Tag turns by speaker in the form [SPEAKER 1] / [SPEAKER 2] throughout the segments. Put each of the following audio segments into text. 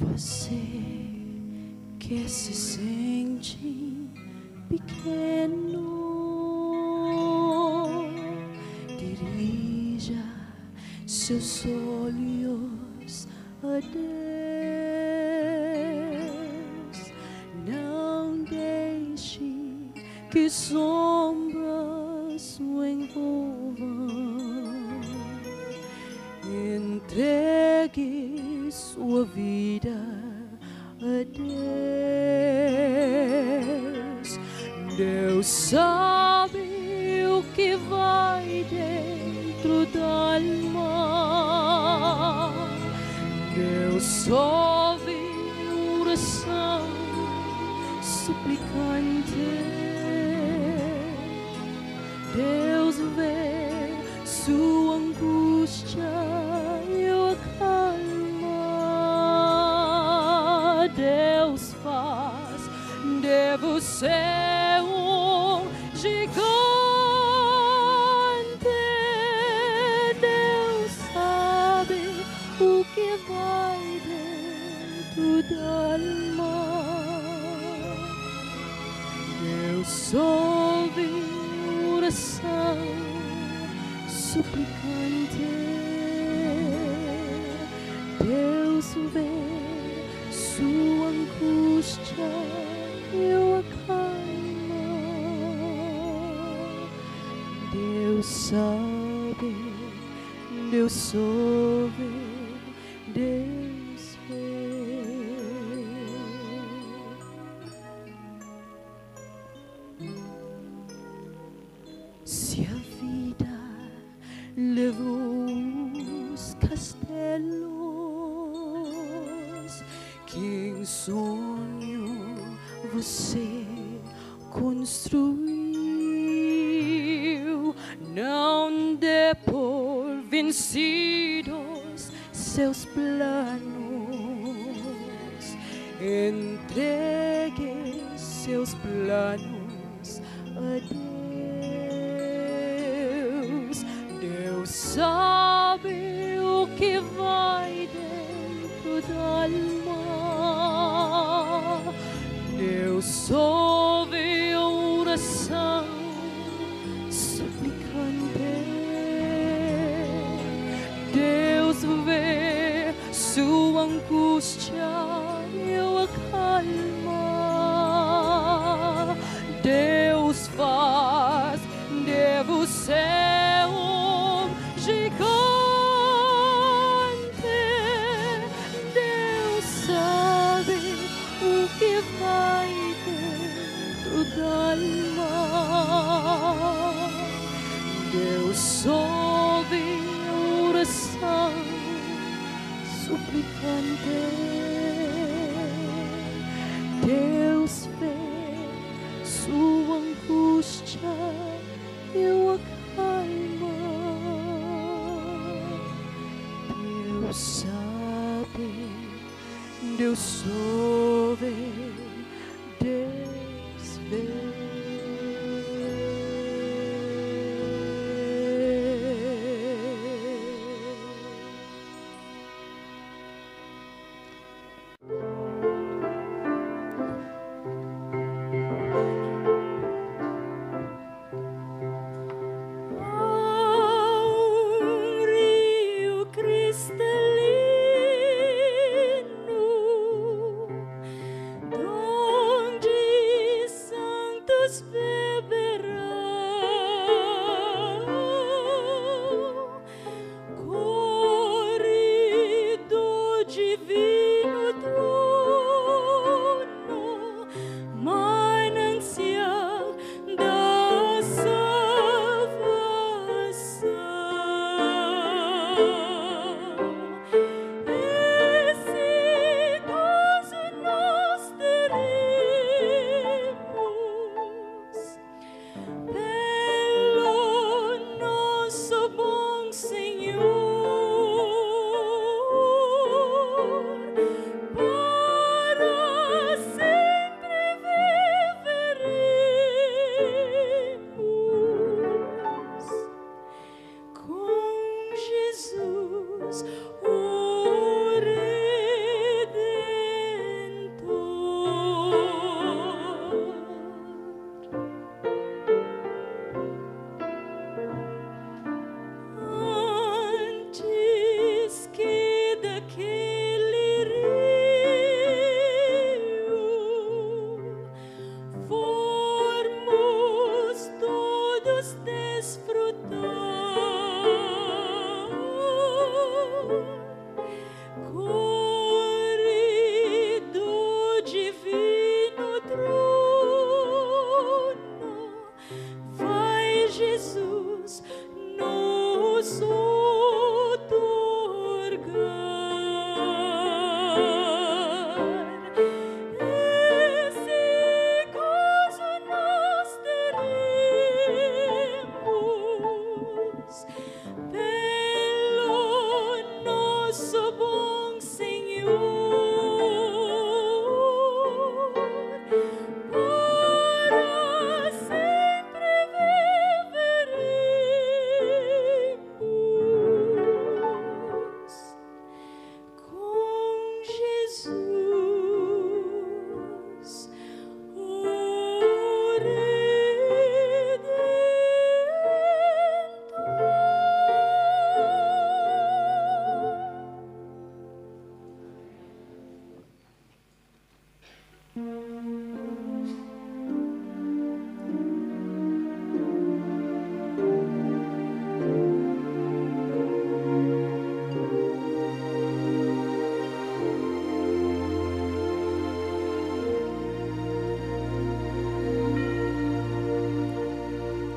[SPEAKER 1] você que se sente pequeno, dirija seus olhos a Deus. Não deixe que sombras o envolvam. Entregue sua vida a Deus. Deus sabe o que vai dentro da alma. Deus ouve a oração suplicante. Deus vê sua angústia e o acalma. Deus faz de você um gigante. Deus sabe o que vai dentro da alma. Deus ouve oração suplicante. Deus vê sua angústia e o acalma. Deus sabe, Deus ouve, Deus vê. Se a vida levou os castelos que em sonho você construiu, não dê por vencidos seus planos. Entregue seus planos a Deus. Deus sabe o que vai dentro da alma. Deus ouve a oração suplicante. Deus vê sua angústia e o acalma. Deus faz de você um gigante. Deus sabe o que vai dentro da alma. Deus ouve a oração suplicante. Deus vê sua angústia e o acalma. Deus sabe Deus ouve, Deus vê. Um rio cristalino do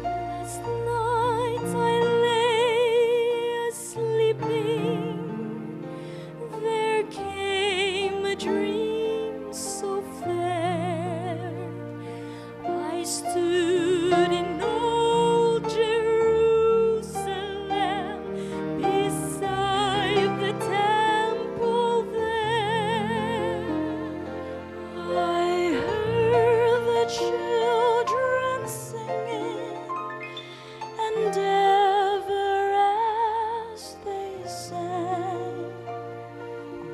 [SPEAKER 1] Last night I lay sleeping. There came a dream so fair. I stood in old Jerusalem beside the temple there. I heard the children singing, and ever as they sang,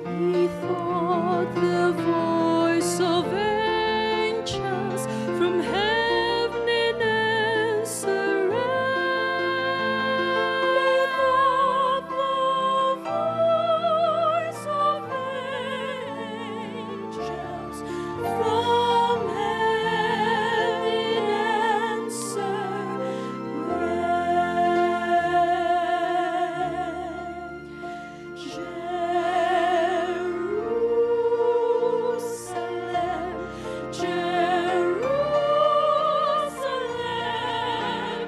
[SPEAKER 1] methought the voice of angels from heaven in Jerusalem, Jerusalem,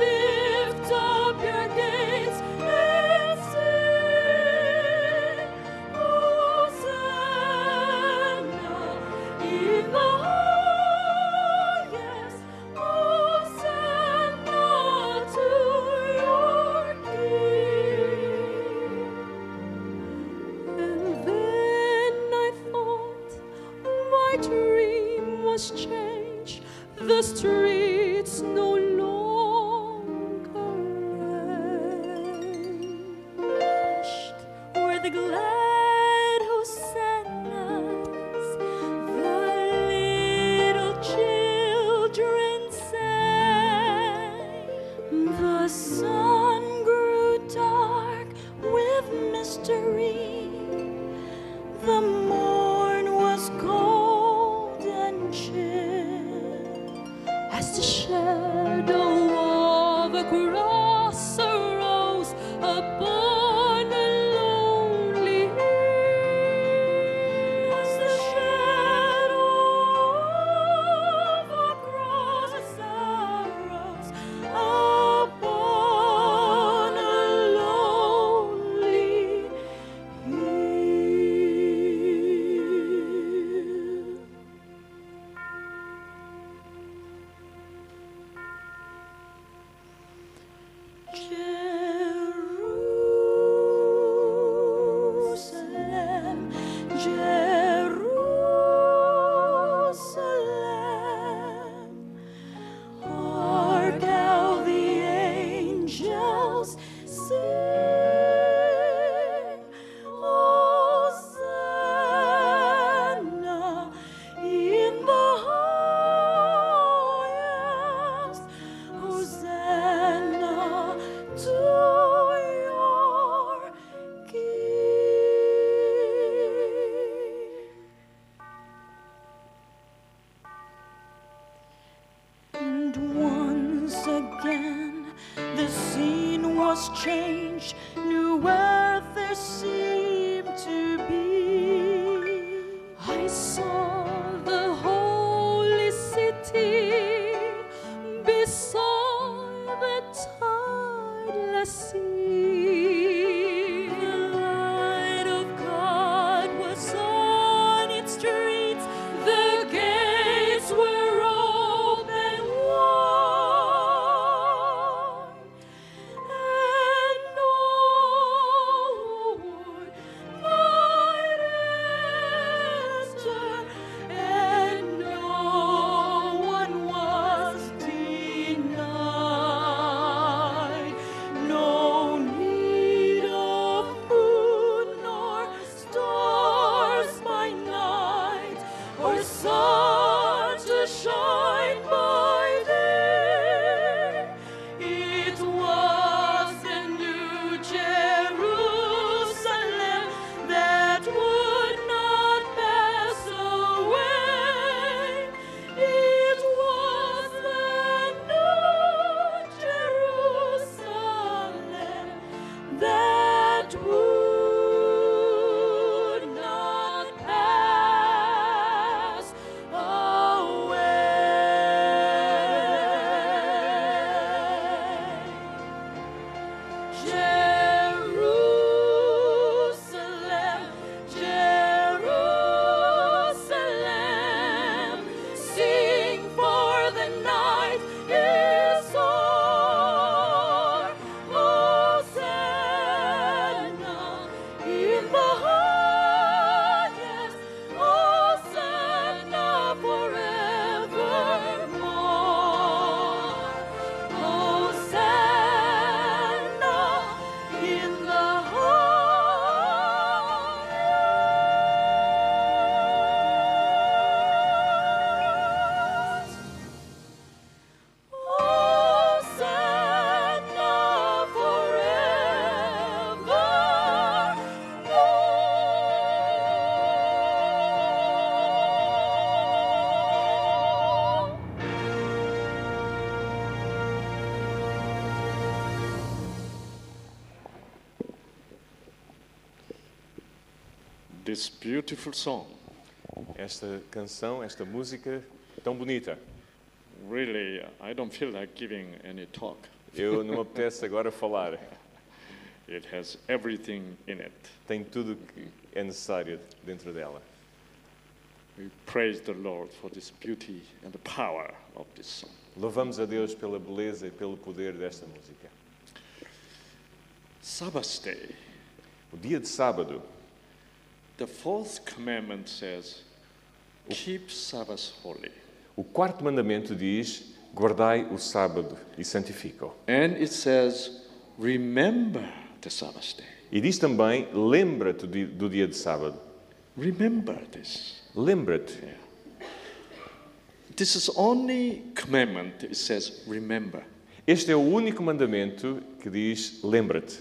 [SPEAKER 1] lift up your gates and sing. Hosanna in the highest. Hosanna to your King. And then I thought my dream was changed. The streets no longer rain. Were the glad hosannas the little children sang? The sun grew dark with mystery. The morn was cold and chill as the shadow of a cross arose upon a lonely hill. As the shadow of a cross arose upon a lonely hill. Jerusalem, Jerusalem, hark how the angels sing. Hosanna in the highest. Hosanna to your King. And once again, the scene was changed. New earth there seemed to be. I saw the holy city beside the tideless sea. The light of God was on its streets. The gates were open wide. And all might enter, and no one was denied. No need of food nor stars by night, or sun to shine by day. It was the new Jerusalem that would not pass away.
[SPEAKER 2] this beautiful song.
[SPEAKER 3] Esta canção, esta música tão bonita.
[SPEAKER 2] Really, I don't feel like giving any talk.
[SPEAKER 3] Eu não me apetece agora falar.
[SPEAKER 2] It has everything in it.
[SPEAKER 3] Tem tudo o que é necessário dentro dela.
[SPEAKER 2] We praise the Lord for this beauty and the power of this song.
[SPEAKER 3] Louvamos a Deus pela beleza e pelo poder desta música.
[SPEAKER 2] Sabbath day.
[SPEAKER 3] O dia de sábado,
[SPEAKER 2] The fourth commandment says, keep Sabbath holy.
[SPEAKER 3] o quarto mandamento diz: guardai o sábado e santifica-o.
[SPEAKER 2] And it says, remember the Sabbath day.
[SPEAKER 3] E diz também: lembra-te di- do dia de sábado.
[SPEAKER 2] Remember this.
[SPEAKER 3] Lembra-te.
[SPEAKER 2] This is only commandment. It says, remember.
[SPEAKER 3] Este é o único mandamento que diz: lembra-te.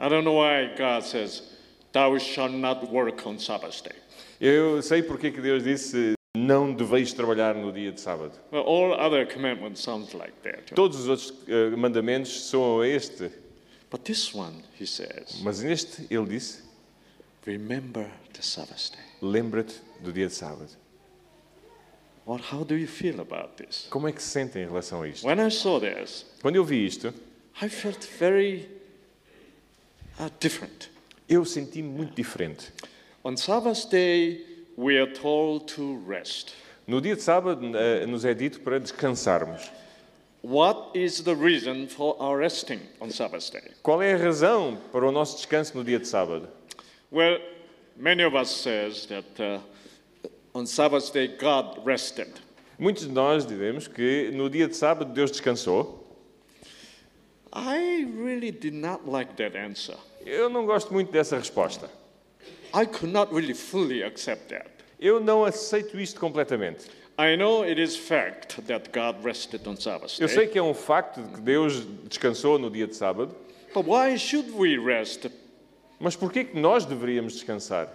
[SPEAKER 2] I don't know why God says, thou shalt not work on Sabbath day.
[SPEAKER 3] Eu sei porque que Deus disse: não deveis trabalhar no dia de sábado.
[SPEAKER 2] Well, all other commandments sounds like that. you know.
[SPEAKER 3] Todos os outros eh, mandamentos são este,
[SPEAKER 2] But this one, he says,
[SPEAKER 3] mas neste ele disse:
[SPEAKER 2] remember the Sabbath day.
[SPEAKER 3] lembra-te do dia de sábado.
[SPEAKER 2] Well, how do you feel about this?
[SPEAKER 3] Como é que se sentem em relação a isto?
[SPEAKER 2] When I saw this,
[SPEAKER 3] Quando eu vi isto,
[SPEAKER 2] I felt very uh, different.
[SPEAKER 3] eu senti-me muito diferente.
[SPEAKER 2] On Sabbath day, we are told to rest.
[SPEAKER 3] No dia de sábado eh, nos é dito para descansarmos.
[SPEAKER 2] What is the reason for our resting on Sabbath day?
[SPEAKER 3] Qual é a razão para o nosso descanso no dia de sábado?
[SPEAKER 2] Well, many of us says that uh, on Sabbath day God rested.
[SPEAKER 3] Muitos de nós dizemos que no dia de sábado Deus descansou.
[SPEAKER 2] I really did not like that answer.
[SPEAKER 3] Eu não gosto muito dessa resposta.
[SPEAKER 2] I could not really fully accept that.
[SPEAKER 3] Eu não aceito isto completamente.
[SPEAKER 2] I know it is fact that God rested on Sabbath
[SPEAKER 3] Eu sei
[SPEAKER 2] day.
[SPEAKER 3] que é um facto de que Deus descansou no dia de sábado,
[SPEAKER 2] But why should we rest?
[SPEAKER 3] mas por que que nós deveríamos descansar?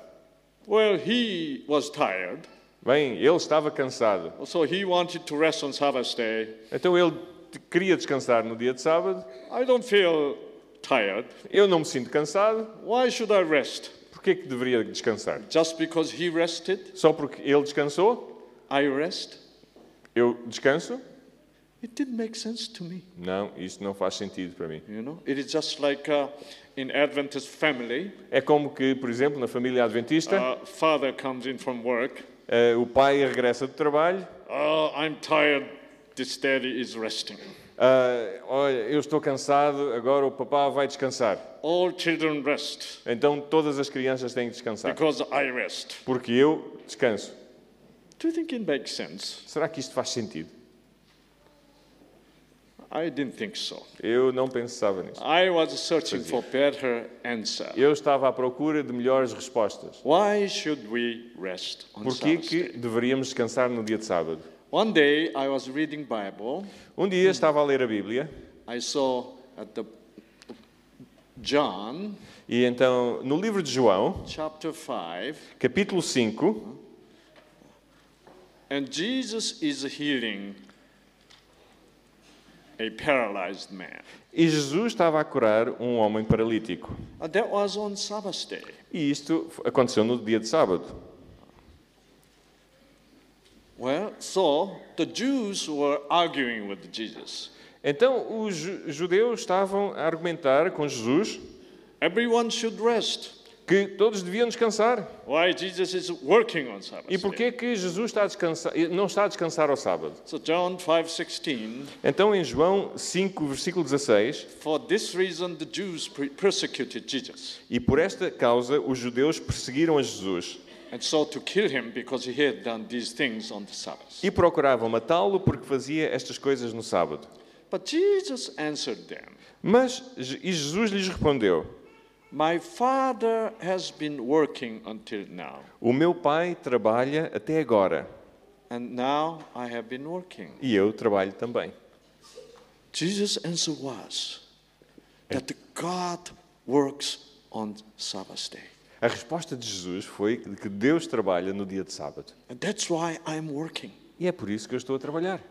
[SPEAKER 2] Well, he was tired,
[SPEAKER 3] Bem, ele estava cansado,
[SPEAKER 2] so he wanted to rest on Sabbath day.
[SPEAKER 3] então ele t- queria descansar no dia de sábado.
[SPEAKER 2] I don't feel tired.
[SPEAKER 3] Eu não me sinto cansado.
[SPEAKER 2] Why should I rest?
[SPEAKER 3] Por que que deveria descansar?
[SPEAKER 2] Just because he rested,
[SPEAKER 3] Só porque ele descansou?
[SPEAKER 2] I rest?
[SPEAKER 3] Eu descanso?
[SPEAKER 2] It didn't make sense to me.
[SPEAKER 3] Não, isto não faz sentido para mim.
[SPEAKER 2] You know, it is just like uh, in Adventist family,
[SPEAKER 3] É como que, por exemplo, na família adventista,
[SPEAKER 2] uh, father comes in from work.
[SPEAKER 3] eh, o pai regressa do trabalho.
[SPEAKER 2] Oh, I'm tired. This daddy is resting.
[SPEAKER 3] ah, olha, eu estou cansado, agora o papá vai descansar.
[SPEAKER 2] All children rest
[SPEAKER 3] Então todas as crianças têm que descansar.
[SPEAKER 2] because I rest.
[SPEAKER 3] Porque eu descanso.
[SPEAKER 2] Do you think it makes sense?
[SPEAKER 3] Será que isto faz sentido?
[SPEAKER 2] I didn't think so.
[SPEAKER 3] Eu não pensava nisso.
[SPEAKER 2] I was searching for better answer.
[SPEAKER 3] Eu estava à procura de melhores respostas.
[SPEAKER 2] Why should we rest on
[SPEAKER 3] Porquê
[SPEAKER 2] Sabbath
[SPEAKER 3] que
[SPEAKER 2] day?
[SPEAKER 3] deveríamos descansar no dia de sábado?
[SPEAKER 2] One day I was reading Bible.
[SPEAKER 3] Um dia estava a ler a Bíblia
[SPEAKER 2] I saw at the John
[SPEAKER 3] e então no livro de João,
[SPEAKER 2] chapter 5
[SPEAKER 3] capítulo 5,
[SPEAKER 2] and Jesus is healing a paralyzed man.
[SPEAKER 3] e Jesus estava a curar um homem paralítico.
[SPEAKER 2] Uh, That was on Sabbath day.
[SPEAKER 3] E isto f- aconteceu no dia de sábado.
[SPEAKER 2] Well, so the Jews were arguing with Jesus.
[SPEAKER 3] Então os ju- judeus estavam a argumentar com Jesus
[SPEAKER 2] Everyone should rest.
[SPEAKER 3] que todos deviam descansar.
[SPEAKER 2] Why Jesus is working on Sabbath
[SPEAKER 3] E
[SPEAKER 2] day.
[SPEAKER 3] porquê que Jesus está a descansar, não está a descansar ao sábado?
[SPEAKER 2] So John 5:16
[SPEAKER 3] Então em João 5, versículo 16,
[SPEAKER 2] For this reason the Jews pre- persecuted Jesus
[SPEAKER 3] E por esta causa os judeus perseguiram a Jesus
[SPEAKER 2] and sought to kill him because he had done these things on the Sabbath.
[SPEAKER 3] e procuravam matá-lo porque fazia estas coisas no sábado.
[SPEAKER 2] But Jesus answered them,
[SPEAKER 3] Mas Je- e Jesus lhes respondeu:
[SPEAKER 2] My Father has been working until now,
[SPEAKER 3] O meu pai trabalha até agora
[SPEAKER 2] and now I have been working.
[SPEAKER 3] e eu trabalho também.
[SPEAKER 2] Jesus' answer was that God works on Sabbath day.
[SPEAKER 3] A resposta de Jesus foi de que Deus trabalha no dia de sábado
[SPEAKER 2] And that's why I'm working.
[SPEAKER 3] e é por isso que eu estou a trabalhar.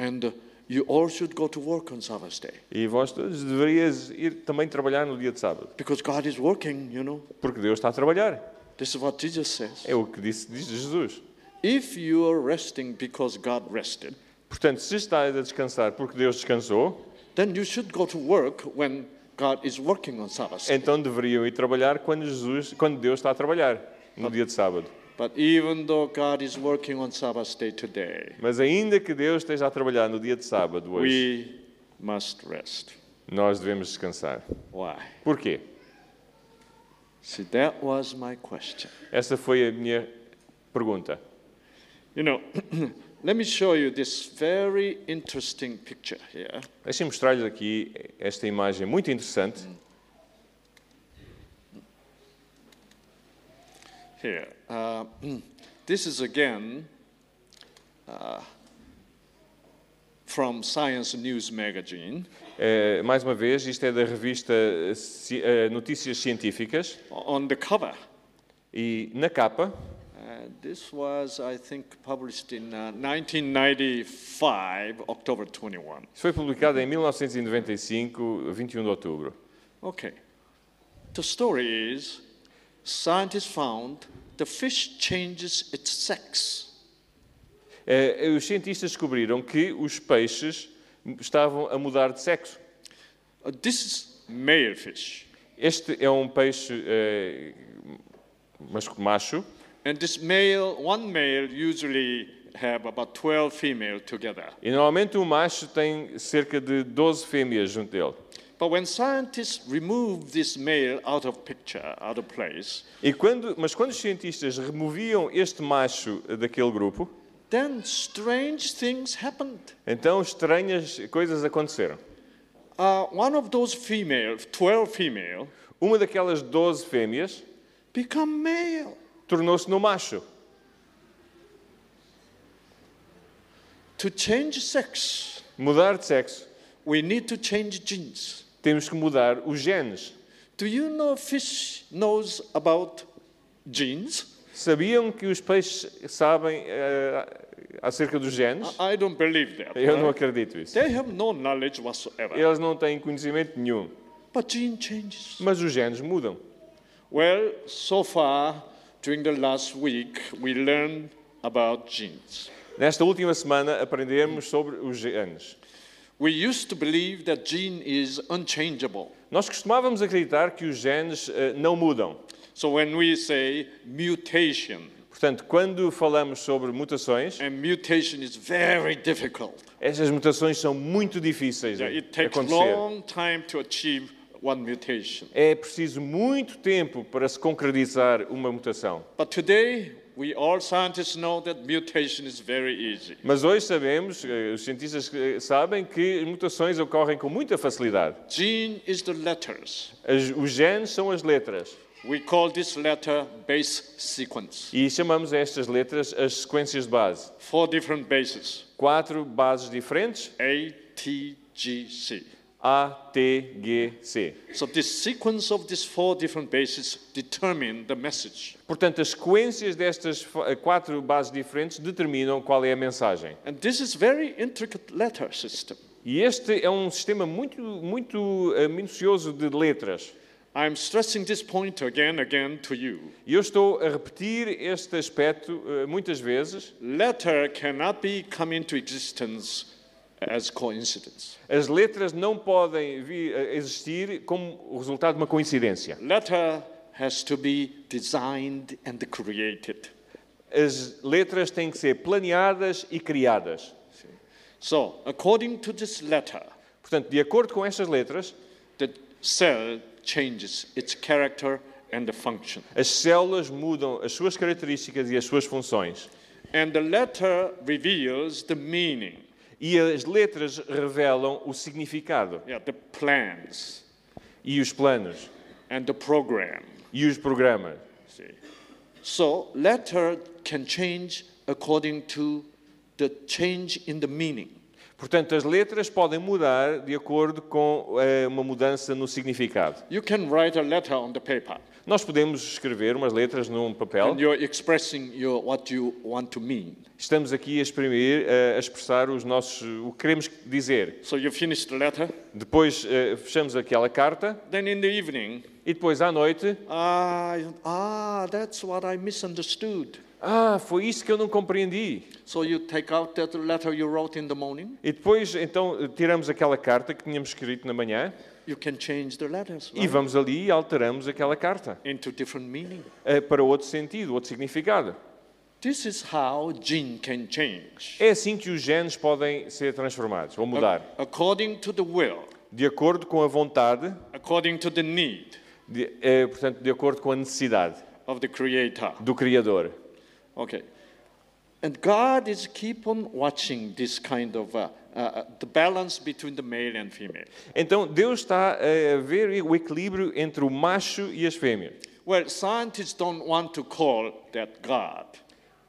[SPEAKER 2] And uh, you all should go to work on Sabbath day
[SPEAKER 3] E vós todos deverias ir também trabalhar no dia de sábado,
[SPEAKER 2] because God is working, you know.
[SPEAKER 3] porque Deus está a trabalhar.
[SPEAKER 2] This is what Jesus says.
[SPEAKER 3] É o que disse diz Jesus.
[SPEAKER 2] If you are resting because God rested,
[SPEAKER 3] Portanto, se estás a descansar porque Deus descansou,
[SPEAKER 2] then you should go to work when God is working on Sabbath. day.
[SPEAKER 3] então deveriam ir trabalhar quando Jesus, quando Deus está a trabalhar, no dia de sábado.
[SPEAKER 2] But even though God is working on Sabbath day today,
[SPEAKER 3] Mas ainda que Deus esteja a trabalhar no dia de sábado hoje,
[SPEAKER 2] we must rest.
[SPEAKER 3] nós devemos descansar.
[SPEAKER 2] Why?
[SPEAKER 3] Porquê?
[SPEAKER 2] See, that was my question.
[SPEAKER 3] Essa foi a minha pergunta.
[SPEAKER 2] You know, let me show you this very interesting picture here.
[SPEAKER 3] Deixem mostrar-lhes aqui esta imagem muito interessante.
[SPEAKER 2] Here, uh, this is again uh, from Science News magazine.
[SPEAKER 3] Eh, mais uma vez, isto é da revista eh, Ci- eh, Notícias Científicas
[SPEAKER 2] On the cover,
[SPEAKER 3] e na capa,
[SPEAKER 2] uh, this was, I think, published in uh, 1995, October 21.
[SPEAKER 3] isto foi publicado em 1995, 21 de outubro.
[SPEAKER 2] Okay. The story is scientists found the fish changes its sex.
[SPEAKER 3] Eh, os cientistas descobriram que os peixes estavam a mudar de sexo.
[SPEAKER 2] Uh, this is male fish,
[SPEAKER 3] Este é um peixe eh, mas macho
[SPEAKER 2] and this male, one male usually have about 12 female together.
[SPEAKER 3] e normalmente o macho tem cerca de 12 fêmeas junto dele.
[SPEAKER 2] But when scientists remove this male out of picture, out of place,
[SPEAKER 3] E quando, mas quando os cientistas removiam este macho daquele grupo,
[SPEAKER 2] then strange things happened.
[SPEAKER 3] então estranhas coisas aconteceram.
[SPEAKER 2] Uh, one of those female, 12 female,
[SPEAKER 3] Uma daquelas 12 fêmeas
[SPEAKER 2] become male.
[SPEAKER 3] tornou-se no macho
[SPEAKER 2] To change sex,
[SPEAKER 3] mudar de sexo.
[SPEAKER 2] we need to change genes.
[SPEAKER 3] Temos que mudar os genes.
[SPEAKER 2] Do you know fish knows about genes?
[SPEAKER 3] Sabiam que os peixes sabem eh, acerca dos genes?
[SPEAKER 2] I I don't believe that.
[SPEAKER 3] Eu não
[SPEAKER 2] right?
[SPEAKER 3] acredito isso.
[SPEAKER 2] They have no knowledge whatsoever.
[SPEAKER 3] Eles não têm conhecimento nenhum,
[SPEAKER 2] But gene changes.
[SPEAKER 3] mas os genes mudam.
[SPEAKER 2] Well, so far during the last week, we learned about genes.
[SPEAKER 3] Nesta última semana aprendemos sobre os genes.
[SPEAKER 2] We used to believe that gene is unchangeable.
[SPEAKER 3] Nós costumávamos acreditar que os genes eh, não mudam.
[SPEAKER 2] So when we say mutation,
[SPEAKER 3] Portanto, quando falamos sobre mutações,
[SPEAKER 2] and mutation is very difficult.
[SPEAKER 3] essas mutações são muito difíceis
[SPEAKER 2] Yeah,
[SPEAKER 3] de
[SPEAKER 2] it takes
[SPEAKER 3] acontecer.
[SPEAKER 2] long time to achieve one mutation.
[SPEAKER 3] É preciso muito tempo para se concretizar uma mutação.
[SPEAKER 2] But today, we all scientists know that mutation is very easy.
[SPEAKER 3] Mas hoje sabemos, eh, os cientistas eh, sabem que mutações ocorrem com muita facilidade.
[SPEAKER 2] Gene is the letters.
[SPEAKER 3] As- os genes são as letras
[SPEAKER 2] We call this letter base sequence.
[SPEAKER 3] e chamamos a estas letras as sequências de base.
[SPEAKER 2] Four different bases
[SPEAKER 3] Quatro bases diferentes
[SPEAKER 2] A, T, G, C.
[SPEAKER 3] A, T, G, C.
[SPEAKER 2] So this sequence of these four different bases determine the message.
[SPEAKER 3] Portanto, as sequências destas fa- quatro bases diferentes determinam qual é a mensagem.
[SPEAKER 2] And this is very intricate letter system.
[SPEAKER 3] E este é um sistema muito, muito eh, minucioso de letras.
[SPEAKER 2] I'm stressing this point again again to you.
[SPEAKER 3] E eu estou a repetir este aspecto eh, muitas vezes.
[SPEAKER 2] Letter cannot be come into existence as coincidence.
[SPEAKER 3] As letras não podem vir a existir como o resultado de uma coincidência.
[SPEAKER 2] Letter has to be designed and created.
[SPEAKER 3] As letras têm que ser planeadas e criadas.
[SPEAKER 2] So, according to this letter,
[SPEAKER 3] Portanto, de acordo com estas letras,
[SPEAKER 2] the cell changes its character and the function.
[SPEAKER 3] as células mudam as suas características e as suas funções.
[SPEAKER 2] And the letter reveals the meaning,
[SPEAKER 3] E as letras revelam o significado
[SPEAKER 2] yeah, the plans
[SPEAKER 3] e os planos
[SPEAKER 2] and the program.
[SPEAKER 3] e os programas.
[SPEAKER 2] See? So letter can change according to the change in the meaning.
[SPEAKER 3] Portanto, as letras podem mudar de acordo com eh, uma mudança no significado.
[SPEAKER 2] You can write a letter on the paper,
[SPEAKER 3] Nós podemos escrever umas letras num papel.
[SPEAKER 2] and you're expressing your, what you want to mean.
[SPEAKER 3] Estamos aqui a exprimir, eh, a expressar os nossos, o que queremos dizer.
[SPEAKER 2] So you finish the letter.
[SPEAKER 3] Depois eh, fechamos aquela carta
[SPEAKER 2] Then in the evening,
[SPEAKER 3] e depois à noite,
[SPEAKER 2] ah, you- ah, that's what I misunderstood.
[SPEAKER 3] ah, foi isso que eu não compreendi.
[SPEAKER 2] So you take out that letter you wrote in the morning.
[SPEAKER 3] E depois, então, tiramos aquela carta que tínhamos escrito na manhã
[SPEAKER 2] You can change the letters
[SPEAKER 3] e
[SPEAKER 2] right,
[SPEAKER 3] vamos ali e alteramos aquela carta
[SPEAKER 2] into different meaning.
[SPEAKER 3] eh, para outro sentido, outro significado.
[SPEAKER 2] This is how gene can change
[SPEAKER 3] É assim que os genes podem ser transformados ou mudar,
[SPEAKER 2] Ac- according to the will,
[SPEAKER 3] de acordo com a vontade,
[SPEAKER 2] according to the need
[SPEAKER 3] de, eh, portanto, de acordo com a necessidade
[SPEAKER 2] of the Creator.
[SPEAKER 3] do Criador.
[SPEAKER 2] Okay. And God is keep on watching this kind of uh, uh, uh, the balance between the male and female.
[SPEAKER 3] Então, Deus está eh, a ver o equilíbrio entre o macho e as fêmeas.
[SPEAKER 2] Well, scientists don't want to call that God,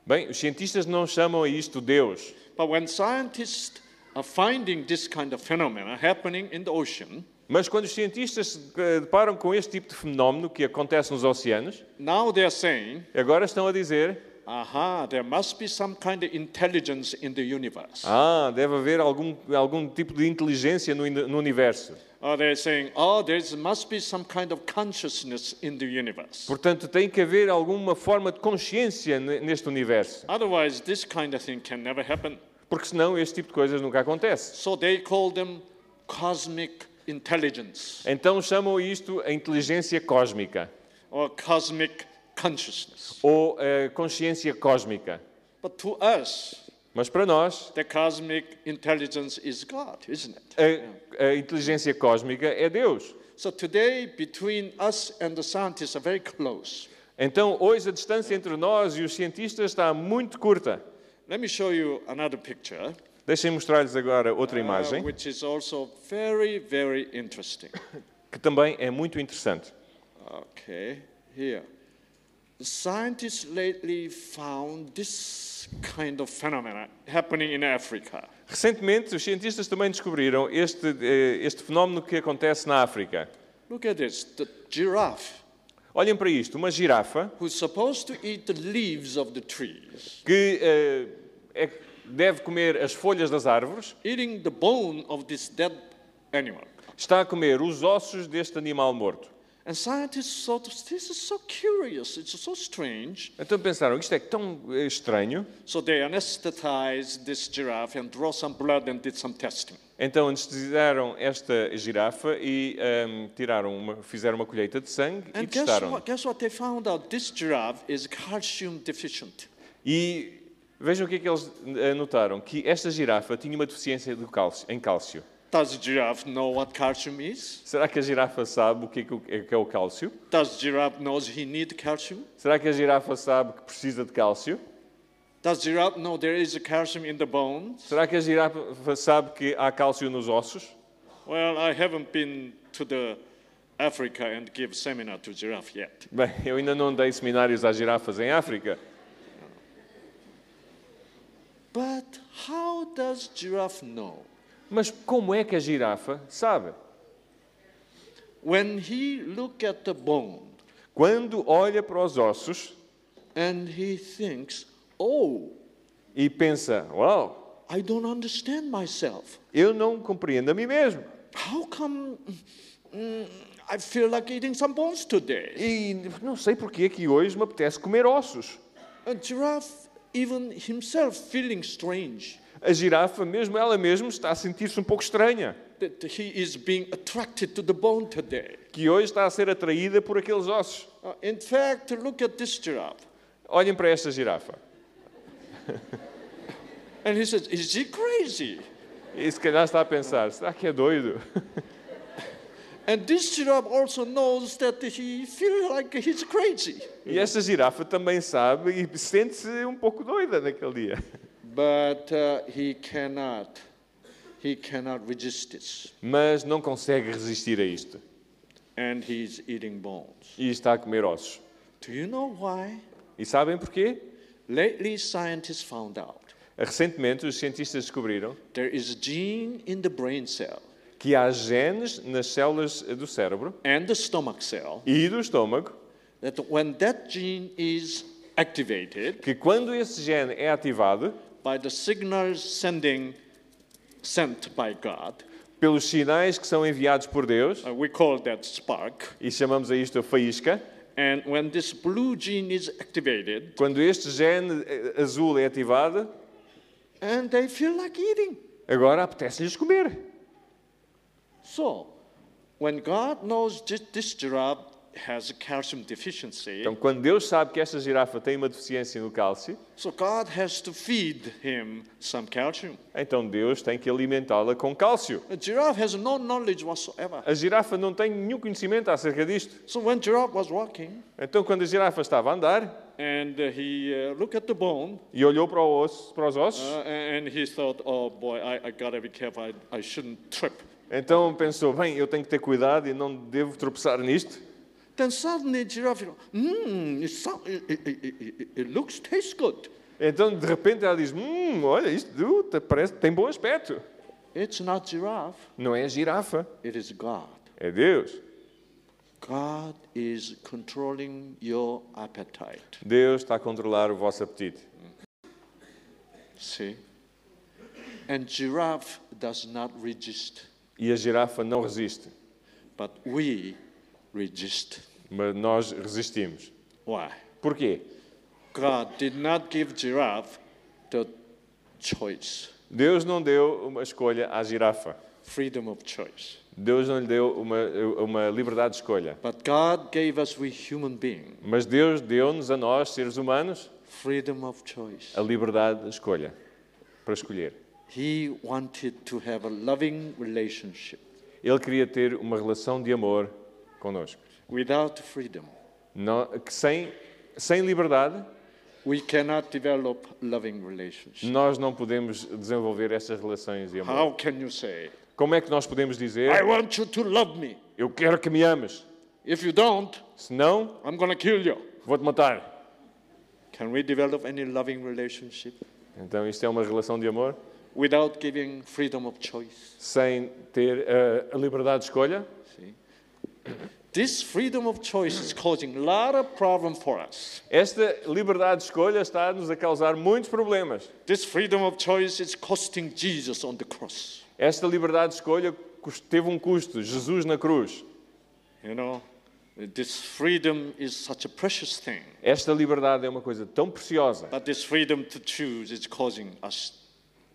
[SPEAKER 3] Bem, os cientistas não chamam a isto Deus,
[SPEAKER 2] but when scientists are finding this kind of phenomena happening in the ocean,
[SPEAKER 3] mas quando os cientistas se eh, deparam com este tipo de fenómeno que acontece nos oceanos,
[SPEAKER 2] now they are saying,
[SPEAKER 3] agora estão a dizer:
[SPEAKER 2] "Aha, there must be some kind of intelligence in the universe."
[SPEAKER 3] Ah, deve haver algum, algum tipo de inteligência no, in- no universo.
[SPEAKER 2] Or they're saying, "Oh, there must be some kind of consciousness in the universe."
[SPEAKER 3] Portanto, tem que haver alguma forma de consciência ne- neste universo,
[SPEAKER 2] Otherwise, this kind of thing can never happen.
[SPEAKER 3] porque senão este tipo de coisas nunca acontece.
[SPEAKER 2] So they call them cosmic intelligence
[SPEAKER 3] Então chamam isto a inteligência cósmica
[SPEAKER 2] or cosmic consciousness.
[SPEAKER 3] ou eh, consciência cósmica.
[SPEAKER 2] But to us,
[SPEAKER 3] Mas para nós,
[SPEAKER 2] the cosmic intelligence is God, isn't it?
[SPEAKER 3] a, a inteligência cósmica é Deus.
[SPEAKER 2] So today, between us and the scientists are very close.
[SPEAKER 3] Então, hoje a distância entre nós e os cientistas está muito curta.
[SPEAKER 2] Let me show you another picture,
[SPEAKER 3] Deixem mostrar-lhes agora outra
[SPEAKER 2] uh,
[SPEAKER 3] imagem,
[SPEAKER 2] which is also very, very interesting.
[SPEAKER 3] que também é muito interessante.
[SPEAKER 2] Okay, here. Scientists lately found this kind of phenomena happening in Africa.
[SPEAKER 3] Recentemente, os cientistas também descobriram este, eh, este fenómeno que acontece na África.
[SPEAKER 2] Look at this the giraffe,
[SPEAKER 3] Olhem para isto, uma girafa
[SPEAKER 2] who's supposed to eat the leaves of the trees,
[SPEAKER 3] que eh, é- deve comer as folhas das árvores,
[SPEAKER 2] eating the bone of this dead animal.
[SPEAKER 3] está a comer os ossos deste animal morto.
[SPEAKER 2] And scientists thought this is so curious, it's so strange.
[SPEAKER 3] Então pensaram, isto é tão eh, estranho.
[SPEAKER 2] So they anesthetized this giraffe and draw some blood and did some testing.
[SPEAKER 3] Então anestesiaram esta girafa e ehm, tiraram uma- fizeram uma colheita de sangue e
[SPEAKER 2] And guess
[SPEAKER 3] testaram.
[SPEAKER 2] what? Guess what? They found out this giraffe is calcium deficient.
[SPEAKER 3] E vejam o que é que eles eh, notaram, que esta girafa tinha uma deficiência do cálcio, em cálcio.
[SPEAKER 2] Does giraffe know what calcium is?
[SPEAKER 3] Será que a girafa sabe o que é que o- é que é o cálcio?
[SPEAKER 2] Does giraffe knows he need calcium?
[SPEAKER 3] Será que a girafa sabe que precisa de cálcio?
[SPEAKER 2] Does giraffe know there is a calcium in the bones?
[SPEAKER 3] Será que a girafa sabe que há cálcio nos ossos?
[SPEAKER 2] Well, I haven't been to the Africa and give seminar to giraffe yet.
[SPEAKER 3] Bem, eu ainda não dei seminários às girafas em África,
[SPEAKER 2] But how does giraffe know?
[SPEAKER 3] mas como é que a girafa sabe?
[SPEAKER 2] When he look at the bone
[SPEAKER 3] Quando olha para os ossos
[SPEAKER 2] and he thinks, "Oh,
[SPEAKER 3] e pensa, uau,
[SPEAKER 2] I don't understand myself.
[SPEAKER 3] eu não compreendo a mim mesmo.
[SPEAKER 2] How come mm, I feel like eating some bones today?"
[SPEAKER 3] E não sei porquê que hoje me apetece comer ossos.
[SPEAKER 2] A giraffe even himself feeling strange.
[SPEAKER 3] A girafa, mesmo ela mesma, está a sentir-se um pouco estranha,
[SPEAKER 2] that he is being attracted to the bone today.
[SPEAKER 3] que hoje está a ser atraída por aqueles ossos.
[SPEAKER 2] Uh, in fact, look at this giraffe.
[SPEAKER 3] Olhem para esta girafa.
[SPEAKER 2] And he says, Is he crazy?
[SPEAKER 3] E se calhar está a pensar, será que é doido?
[SPEAKER 2] And this giraffe also knows that he feels like he's crazy.
[SPEAKER 3] E esta girafa também sabe e sente-se um pouco doida naquele dia.
[SPEAKER 2] But uh, he cannot, he cannot resist this.
[SPEAKER 3] Mas não consegue resistir a isto.
[SPEAKER 2] And he's eating bones.
[SPEAKER 3] E está a comer ossos.
[SPEAKER 2] Do you know why?
[SPEAKER 3] E sabem porquê?
[SPEAKER 2] Lately, scientists found out
[SPEAKER 3] Recentemente, os cientistas descobriram
[SPEAKER 2] There is a gene in the brain cell
[SPEAKER 3] que há genes nas células do cérebro
[SPEAKER 2] and the stomach cell
[SPEAKER 3] e do estômago
[SPEAKER 2] that when that gene is activated
[SPEAKER 3] que, quando esse gene é ativado
[SPEAKER 2] by the signals sending sent by God,
[SPEAKER 3] pelos sinais que são enviados por Deus,
[SPEAKER 2] uh, we call that spark.
[SPEAKER 3] e chamamos a isto a faísca,
[SPEAKER 2] And when this blue gene is activated,
[SPEAKER 3] quando este gene eh, azul é ativado,
[SPEAKER 2] and they feel like eating.
[SPEAKER 3] agora apetece-lhes comer.
[SPEAKER 2] So, when God knows thi- this giraffe has a calcium deficiency,
[SPEAKER 3] Então, quando Deus sabe que esta girafa tem uma deficiência no cálcio,
[SPEAKER 2] so God has to feed him some calcium.
[SPEAKER 3] então Deus tem que alimentá-la com cálcio.
[SPEAKER 2] A giraffe has no knowledge whatsoever.
[SPEAKER 3] A girafa não tem nenhum conhecimento acerca disto.
[SPEAKER 2] So when giraffe was walking
[SPEAKER 3] Então, quando a girafa estava a andar
[SPEAKER 2] and uh, he uh, looked at the bone
[SPEAKER 3] e olhou para, o osso, para os ossos,
[SPEAKER 2] uh, and he thought, oh boy, I, I gotta be careful, I, I shouldn't trip.
[SPEAKER 3] então pensou: bem, eu tenho que ter cuidado e não devo tropeçar nisto.
[SPEAKER 2] Then suddenly giraffe, mmm, it, so- it, it, it, it, it looks, tastes good.
[SPEAKER 3] Então, de repente, ela diz: Hum, olha, isto uh, te- parece, tem bom aspecto.
[SPEAKER 2] It's not giraffe,
[SPEAKER 3] Não é a girafa,
[SPEAKER 2] it is God.
[SPEAKER 3] é Deus.
[SPEAKER 2] God is controlling your appetite.
[SPEAKER 3] Deus está a controlar o vosso apetite.
[SPEAKER 2] See? And giraffe does not resist,
[SPEAKER 3] E a girafa não resiste,
[SPEAKER 2] but we resist.
[SPEAKER 3] mas nós resistimos.
[SPEAKER 2] Why?
[SPEAKER 3] Porquê?
[SPEAKER 2] God did not give giraffe the choice,
[SPEAKER 3] Deus não deu uma escolha à girafa.
[SPEAKER 2] freedom of choice.
[SPEAKER 3] Deus não lhe deu uma, uma liberdade de escolha.
[SPEAKER 2] But God gave us, we human beings,
[SPEAKER 3] Mas Deus deu-nos a nós, seres humanos,
[SPEAKER 2] freedom of choice.
[SPEAKER 3] a liberdade de escolha para escolher.
[SPEAKER 2] He wanted to have a loving relationship.
[SPEAKER 3] Ele queria ter uma relação de amor connosco.
[SPEAKER 2] Without freedom,
[SPEAKER 3] Não- que sem, sem liberdade,
[SPEAKER 2] we cannot develop loving relationship.
[SPEAKER 3] nós não podemos desenvolver estas relações de amor.
[SPEAKER 2] How can you say,
[SPEAKER 3] Como é que nós podemos
[SPEAKER 2] I
[SPEAKER 3] dizer:
[SPEAKER 2] want you to love me.
[SPEAKER 3] Eu quero que me ames,
[SPEAKER 2] If you don't,
[SPEAKER 3] se não,
[SPEAKER 2] I'm going to kill you.
[SPEAKER 3] vou-te matar?
[SPEAKER 2] Can we develop any loving relationship
[SPEAKER 3] Então isto é uma relação de amor
[SPEAKER 2] without giving freedom of choice?
[SPEAKER 3] sem ter eh, a liberdade de escolha.
[SPEAKER 2] See? This freedom of choice is causing a lot of problem for us.
[SPEAKER 3] Esta liberdade de escolha está-nos a causar muitos problemas.
[SPEAKER 2] This freedom of choice is costing Jesus on the cross.
[SPEAKER 3] Esta liberdade de escolha cus- teve um custo, Jesus na cruz.
[SPEAKER 2] You know, this freedom is such a precious thing,
[SPEAKER 3] Esta liberdade é uma coisa tão preciosa,
[SPEAKER 2] but this freedom to choose is causing us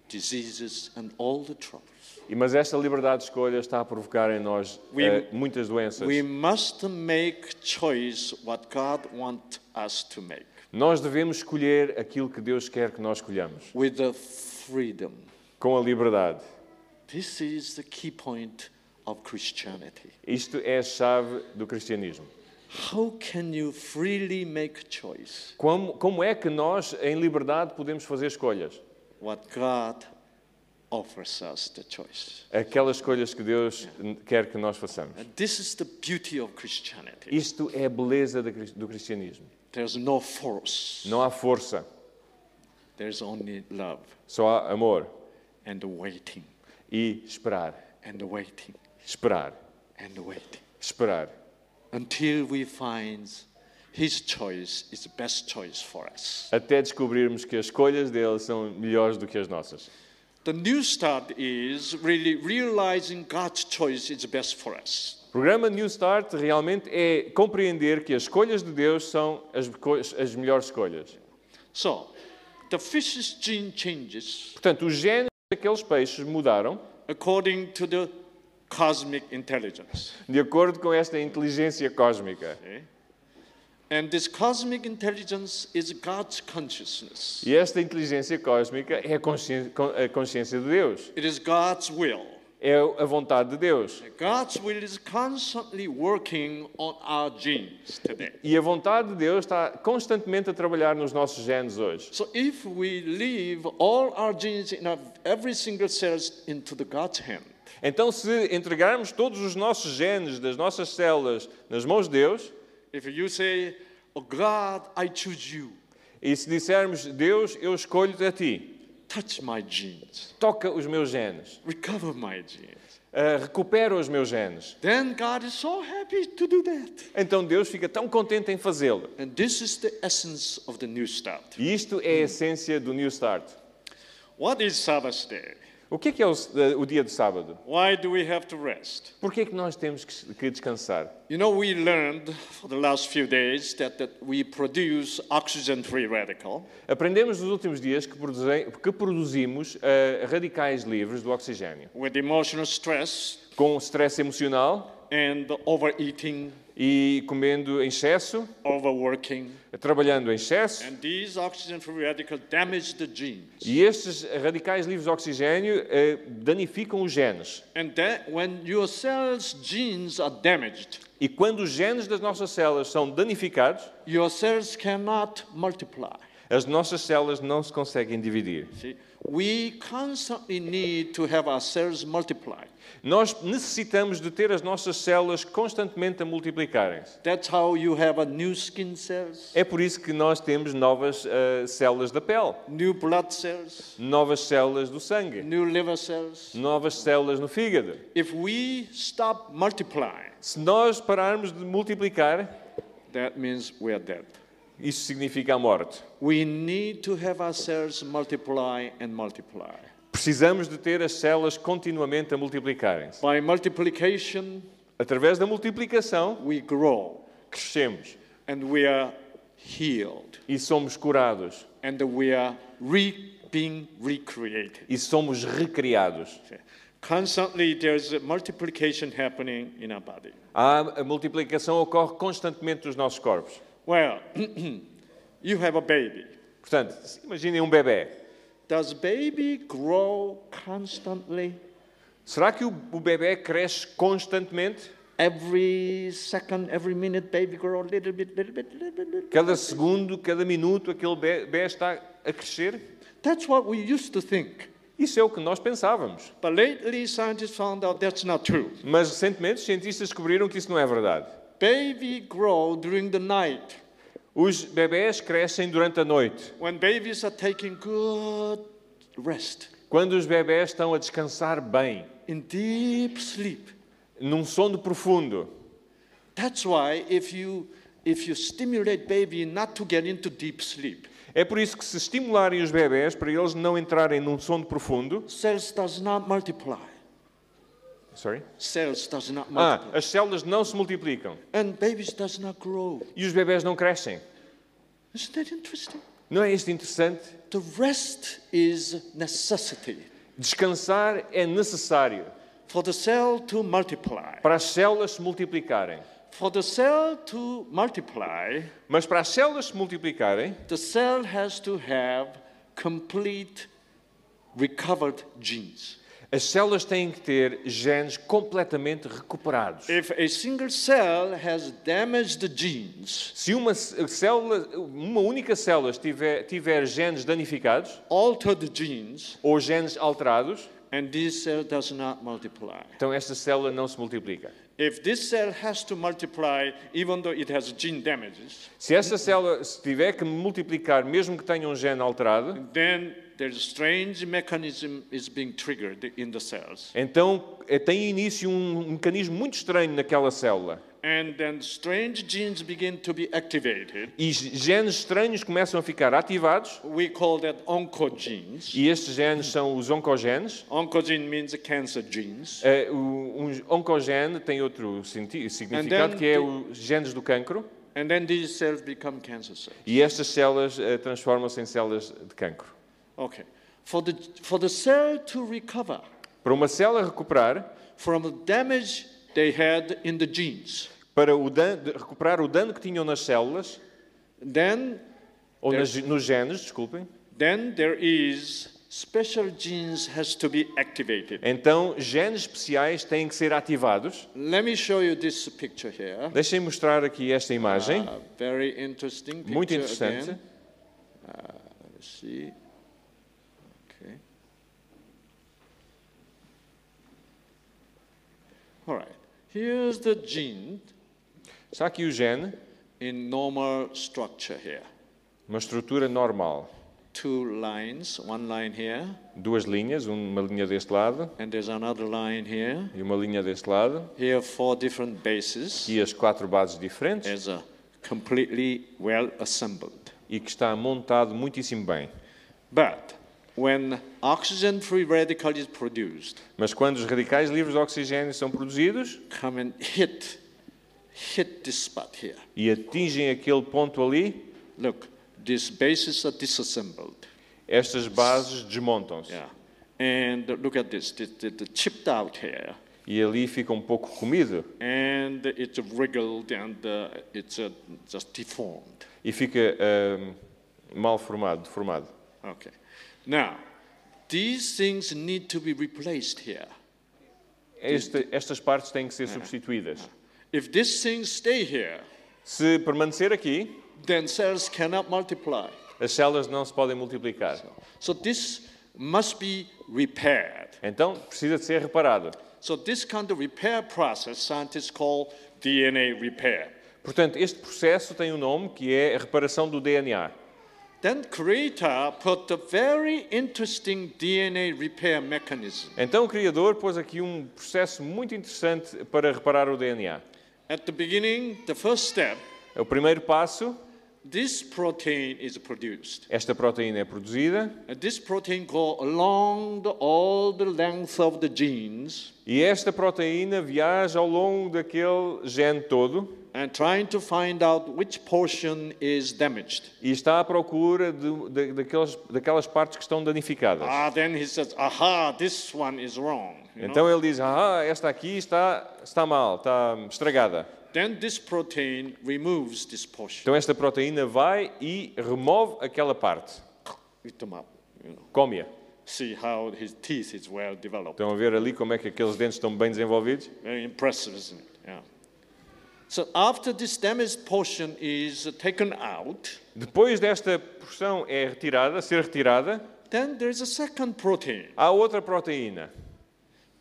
[SPEAKER 2] diseases and all the troubles.
[SPEAKER 3] e- mas esta liberdade de escolha está a provocar em nós
[SPEAKER 2] We-
[SPEAKER 3] eh, muitas doenças.
[SPEAKER 2] We must make choice what God wants us to make
[SPEAKER 3] Nós devemos escolher aquilo que Deus quer que nós escolhamos,
[SPEAKER 2] with the freedom.
[SPEAKER 3] com a liberdade.
[SPEAKER 2] This is the key point of Christianity.
[SPEAKER 3] Isto é a chave do cristianismo.
[SPEAKER 2] How can you freely make choice
[SPEAKER 3] Como, como é que nós, em liberdade, podemos fazer escolhas?
[SPEAKER 2] what God offers us the choice?
[SPEAKER 3] aquelas escolhas que Deus quer que nós façamos.
[SPEAKER 2] And this is the beauty of Christianity.
[SPEAKER 3] Isto é a beleza da cris- do cristianismo.
[SPEAKER 2] There's no force.
[SPEAKER 3] Não há força,
[SPEAKER 2] There's only love
[SPEAKER 3] só há amor
[SPEAKER 2] and waiting
[SPEAKER 3] e esperar,
[SPEAKER 2] and waiting
[SPEAKER 3] esperar,
[SPEAKER 2] and waiting
[SPEAKER 3] esperar,
[SPEAKER 2] until we find his choice is the best choice for us.
[SPEAKER 3] até descobrirmos que as escolhas dele são melhores do que as nossas.
[SPEAKER 2] The new start is really realizing God's choice is best for us.
[SPEAKER 3] O programa New Start realmente é compreender que as escolhas de Deus são as, co- as melhores escolhas.
[SPEAKER 2] So, the fish's gene changes
[SPEAKER 3] Portanto, os genes daqueles peixes mudaram
[SPEAKER 2] according to the cosmic intelligence.
[SPEAKER 3] de acordo com esta inteligência cósmica.
[SPEAKER 2] okay? And this cosmic intelligence is God's consciousness,
[SPEAKER 3] E esta inteligência cósmica é a consciência, a consciência de Deus.
[SPEAKER 2] it is God's will.
[SPEAKER 3] é a vontade de Deus.
[SPEAKER 2] God's will is constantly working on our genes today.
[SPEAKER 3] E a vontade de Deus está constantemente a trabalhar nos nossos genes hoje.
[SPEAKER 2] So if we leave all our genes in our, every single cells into the God's hand,
[SPEAKER 3] Então, se entregarmos todos os nossos genes das nossas células nas mãos de Deus,
[SPEAKER 2] if you say, "Oh God, I choose you,"
[SPEAKER 3] e se dissermos, Deus, eu escolho a ti,
[SPEAKER 2] touch my genes,
[SPEAKER 3] Toca os meus genes.
[SPEAKER 2] recover my genes.
[SPEAKER 3] Ah, recupera os meus genes.
[SPEAKER 2] Then God is so happy to do that.
[SPEAKER 3] Então Deus fica tão contente em fazê-lo.
[SPEAKER 2] And this is the essence of the new start.
[SPEAKER 3] E isto é a essência do New Start.
[SPEAKER 2] What is Sabbath day?
[SPEAKER 3] O que é que é o, s- eh, o dia do sábado?
[SPEAKER 2] Why do we have to rest?
[SPEAKER 3] Porquê é que nós temos que, s- que descansar?
[SPEAKER 2] You know, we learned for the last few days that, that we produce oxygen free radical.
[SPEAKER 3] Aprendemos nos últimos dias que, produzem- que produzimos ah, radicais livres do oxigênio.
[SPEAKER 2] with emotional stress
[SPEAKER 3] Com stress emocional
[SPEAKER 2] and overeating,
[SPEAKER 3] e comendo em excesso,
[SPEAKER 2] overworking.
[SPEAKER 3] trabalhando em excesso.
[SPEAKER 2] And these oxygen free radicals damage the genes.
[SPEAKER 3] E estes radicais livres de oxigênio eh, danificam os genes.
[SPEAKER 2] And that when your cells' genes are damaged,
[SPEAKER 3] E quando os genes das nossas células são danificados,
[SPEAKER 2] your cells cannot multiply.
[SPEAKER 3] as nossas células não se conseguem dividir.
[SPEAKER 2] See, we constantly need to have our cells multiply.
[SPEAKER 3] Nós necessitamos de ter as nossas células constantemente a multiplicarem-se.
[SPEAKER 2] That's how you have a new skin cells,
[SPEAKER 3] É por isso que nós temos novas eh, células da pele,
[SPEAKER 2] new blood cells,
[SPEAKER 3] novas células do sangue,
[SPEAKER 2] new liver cells.
[SPEAKER 3] novas células no fígado.
[SPEAKER 2] If we stop multiplying,
[SPEAKER 3] Se nós pararmos de multiplicar,
[SPEAKER 2] that means we are dead.
[SPEAKER 3] isso significa a morte.
[SPEAKER 2] We need to have ourselves multiply and multiply.
[SPEAKER 3] Precisamos de ter as células continuamente a multiplicarem-se.
[SPEAKER 2] By multiplication,
[SPEAKER 3] Através da multiplicação,
[SPEAKER 2] we grow
[SPEAKER 3] crescemos
[SPEAKER 2] and we are healed
[SPEAKER 3] e somos curados
[SPEAKER 2] and we are re- being recreated.
[SPEAKER 3] e somos recriados.
[SPEAKER 2] Constantly, there's a multiplication happening in our body.
[SPEAKER 3] A, a multiplicação ocorre constantemente nos nossos corpos.
[SPEAKER 2] Well, you have a baby.
[SPEAKER 3] Portanto, se imaginem um bebê.
[SPEAKER 2] Does baby grow constantly?
[SPEAKER 3] Será que o, o bebê cresce constantemente?
[SPEAKER 2] Every second, every minute, baby grow a little bit, little bit, little bit, little bit.
[SPEAKER 3] Cada segundo, cada minuto, aquele be- bebê está a crescer?
[SPEAKER 2] That's what we used to think.
[SPEAKER 3] Isso é o que nós pensávamos.
[SPEAKER 2] But lately, scientists found out that's not true.
[SPEAKER 3] Mas recentemente, os cientistas descobriram que isso não é verdade.
[SPEAKER 2] Baby grow during the night
[SPEAKER 3] Os bebés crescem durante a noite,
[SPEAKER 2] when babies are taking good rest
[SPEAKER 3] quando os bebés estão a descansar bem,
[SPEAKER 2] in deep sleep.
[SPEAKER 3] num sono profundo.
[SPEAKER 2] That's why if you if you stimulate baby not to get into deep sleep,
[SPEAKER 3] É por isso que se estimularem os bebés para eles não entrarem num sono profundo,
[SPEAKER 2] cells does not multiply.
[SPEAKER 3] Sorry?
[SPEAKER 2] Cells does not
[SPEAKER 3] Ah,
[SPEAKER 2] multiply.
[SPEAKER 3] as células não se multiplicam
[SPEAKER 2] and babies does not grow.
[SPEAKER 3] e os bebés não crescem.
[SPEAKER 2] Isn't that interesting?
[SPEAKER 3] Não é isto interessante?
[SPEAKER 2] The rest is necessity
[SPEAKER 3] Descansar é necessário
[SPEAKER 2] for the cell to multiply.
[SPEAKER 3] para as células se multiplicarem.
[SPEAKER 2] For the cell to multiply,
[SPEAKER 3] Mas para as células se multiplicarem,
[SPEAKER 2] the cell has to have complete recovered genes.
[SPEAKER 3] as células têm que ter genes completamente recuperados.
[SPEAKER 2] If a single cell has damaged genes,
[SPEAKER 3] Se uma c- célula, uma única célula tiver, tiver genes danificados
[SPEAKER 2] altered genes,
[SPEAKER 3] ou genes alterados,
[SPEAKER 2] and this cell does not multiply.
[SPEAKER 3] então esta célula não se multiplica.
[SPEAKER 2] If this cell has to multiply, even though it has gene damages,
[SPEAKER 3] Se essa célula se tiver que multiplicar, mesmo que tenha um gene alterado,
[SPEAKER 2] then there's a strange mechanism is being triggered in the cells.
[SPEAKER 3] então eh, tem início um mecanismo muito estranho naquela célula.
[SPEAKER 2] And then strange genes begin to be activated.
[SPEAKER 3] E g- genes estranhos começam a ficar ativados,
[SPEAKER 2] We call that oncogenes.
[SPEAKER 3] e estes genes são os oncogenes.
[SPEAKER 2] Oncogene means cancer genes.
[SPEAKER 3] Eh, o- Um oncogene tem outro senti- significado,
[SPEAKER 2] then
[SPEAKER 3] que é
[SPEAKER 2] the-
[SPEAKER 3] os genes do cancro,
[SPEAKER 2] And then these cells become cancer cells.
[SPEAKER 3] e estas células eh, transformam-se em células de cancro.
[SPEAKER 2] Okay. For the, for the cell to recover
[SPEAKER 3] Para uma célula recuperar,
[SPEAKER 2] from the damage they had in the genes,
[SPEAKER 3] para o dan- de- recuperar o dano que tinham nas células,
[SPEAKER 2] then,
[SPEAKER 3] ou nas- nos genes, desculpem,
[SPEAKER 2] then there is special genes has to be activated.
[SPEAKER 3] Então, genes especiais têm que ser ativados.
[SPEAKER 2] Let me show you this picture here.
[SPEAKER 3] Deixem-me mostrar aqui esta imagem,
[SPEAKER 2] Uh, very interesting picture
[SPEAKER 3] muito interessante.
[SPEAKER 2] again. Uh, Let's see. Okay. All right. Here's the gene
[SPEAKER 3] Está aqui o gene,
[SPEAKER 2] in normal structure here.
[SPEAKER 3] uma estrutura normal.
[SPEAKER 2] two lines, one line here,
[SPEAKER 3] Duas linhas, um, uma linha deste lado
[SPEAKER 2] and there's another line here.
[SPEAKER 3] e uma linha deste lado.
[SPEAKER 2] Here, four different bases
[SPEAKER 3] E as quatro bases diferentes
[SPEAKER 2] is uh, completely well assembled.
[SPEAKER 3] e que está montado muitíssimo bem.
[SPEAKER 2] But when oxygen free radical is produced,
[SPEAKER 3] Mas quando os radicais livres de oxigênio são produzidos
[SPEAKER 2] come and hit, hit this spot here.
[SPEAKER 3] e atingem aquele ponto ali,
[SPEAKER 2] Look, these bases are disassembled.
[SPEAKER 3] estas bases desmontam-se.
[SPEAKER 2] Yeah. And look at this, the, the, the chipped out here.
[SPEAKER 3] E ali fica um pouco comido
[SPEAKER 2] And it's wriggled and uh, it's uh, just deformed.
[SPEAKER 3] e fica ah, mal formado, deformado.
[SPEAKER 2] Okay. Now, these things need to be replaced here.
[SPEAKER 3] Este- estas partes têm que ser substituídas.
[SPEAKER 2] If these things stay here,
[SPEAKER 3] Se permanecer aqui,
[SPEAKER 2] then cells cannot multiply.
[SPEAKER 3] as células não se podem multiplicar.
[SPEAKER 2] So this must be repaired.
[SPEAKER 3] Então precisa de ser reparado.
[SPEAKER 2] So this kind of repair process scientists call DNA repair.
[SPEAKER 3] Portanto, este processo tem um nome que é a reparação do DNA.
[SPEAKER 2] Then creator put a very interesting DNA repair mechanism.
[SPEAKER 3] Então o criador pôs aqui um processo muito interessante para reparar o DNA.
[SPEAKER 2] At the beginning, the first step,
[SPEAKER 3] O primeiro passo,
[SPEAKER 2] this protein is produced.
[SPEAKER 3] esta proteína é produzida
[SPEAKER 2] And this protein go along the, all the length of the genes
[SPEAKER 3] e esta proteína viaja ao longo daquele gene todo
[SPEAKER 2] and trying to find out which portion is damaged.
[SPEAKER 3] e está à procura de- de- daqueles- daquelas partes que estão danificadas.
[SPEAKER 2] Ah, then he says, aha, this one is wrong. you know?
[SPEAKER 3] Então ele diz, ah, esta aqui está, está mal, está estragada.
[SPEAKER 2] Then this protein removes this portion.
[SPEAKER 3] Então esta proteína vai e remove aquela parte.
[SPEAKER 2] Eat them up, you know.
[SPEAKER 3] Come-a.
[SPEAKER 2] See how his teeth is well developed.
[SPEAKER 3] Estão a ver ali como é que aqueles dentes estão bem desenvolvidos?
[SPEAKER 2] Very impressive, isn't it? Yeah. So after this damaged portion is taken out,
[SPEAKER 3] Depois desta porção é retirada, ser retirada,
[SPEAKER 2] then there's a second protein
[SPEAKER 3] há outra proteína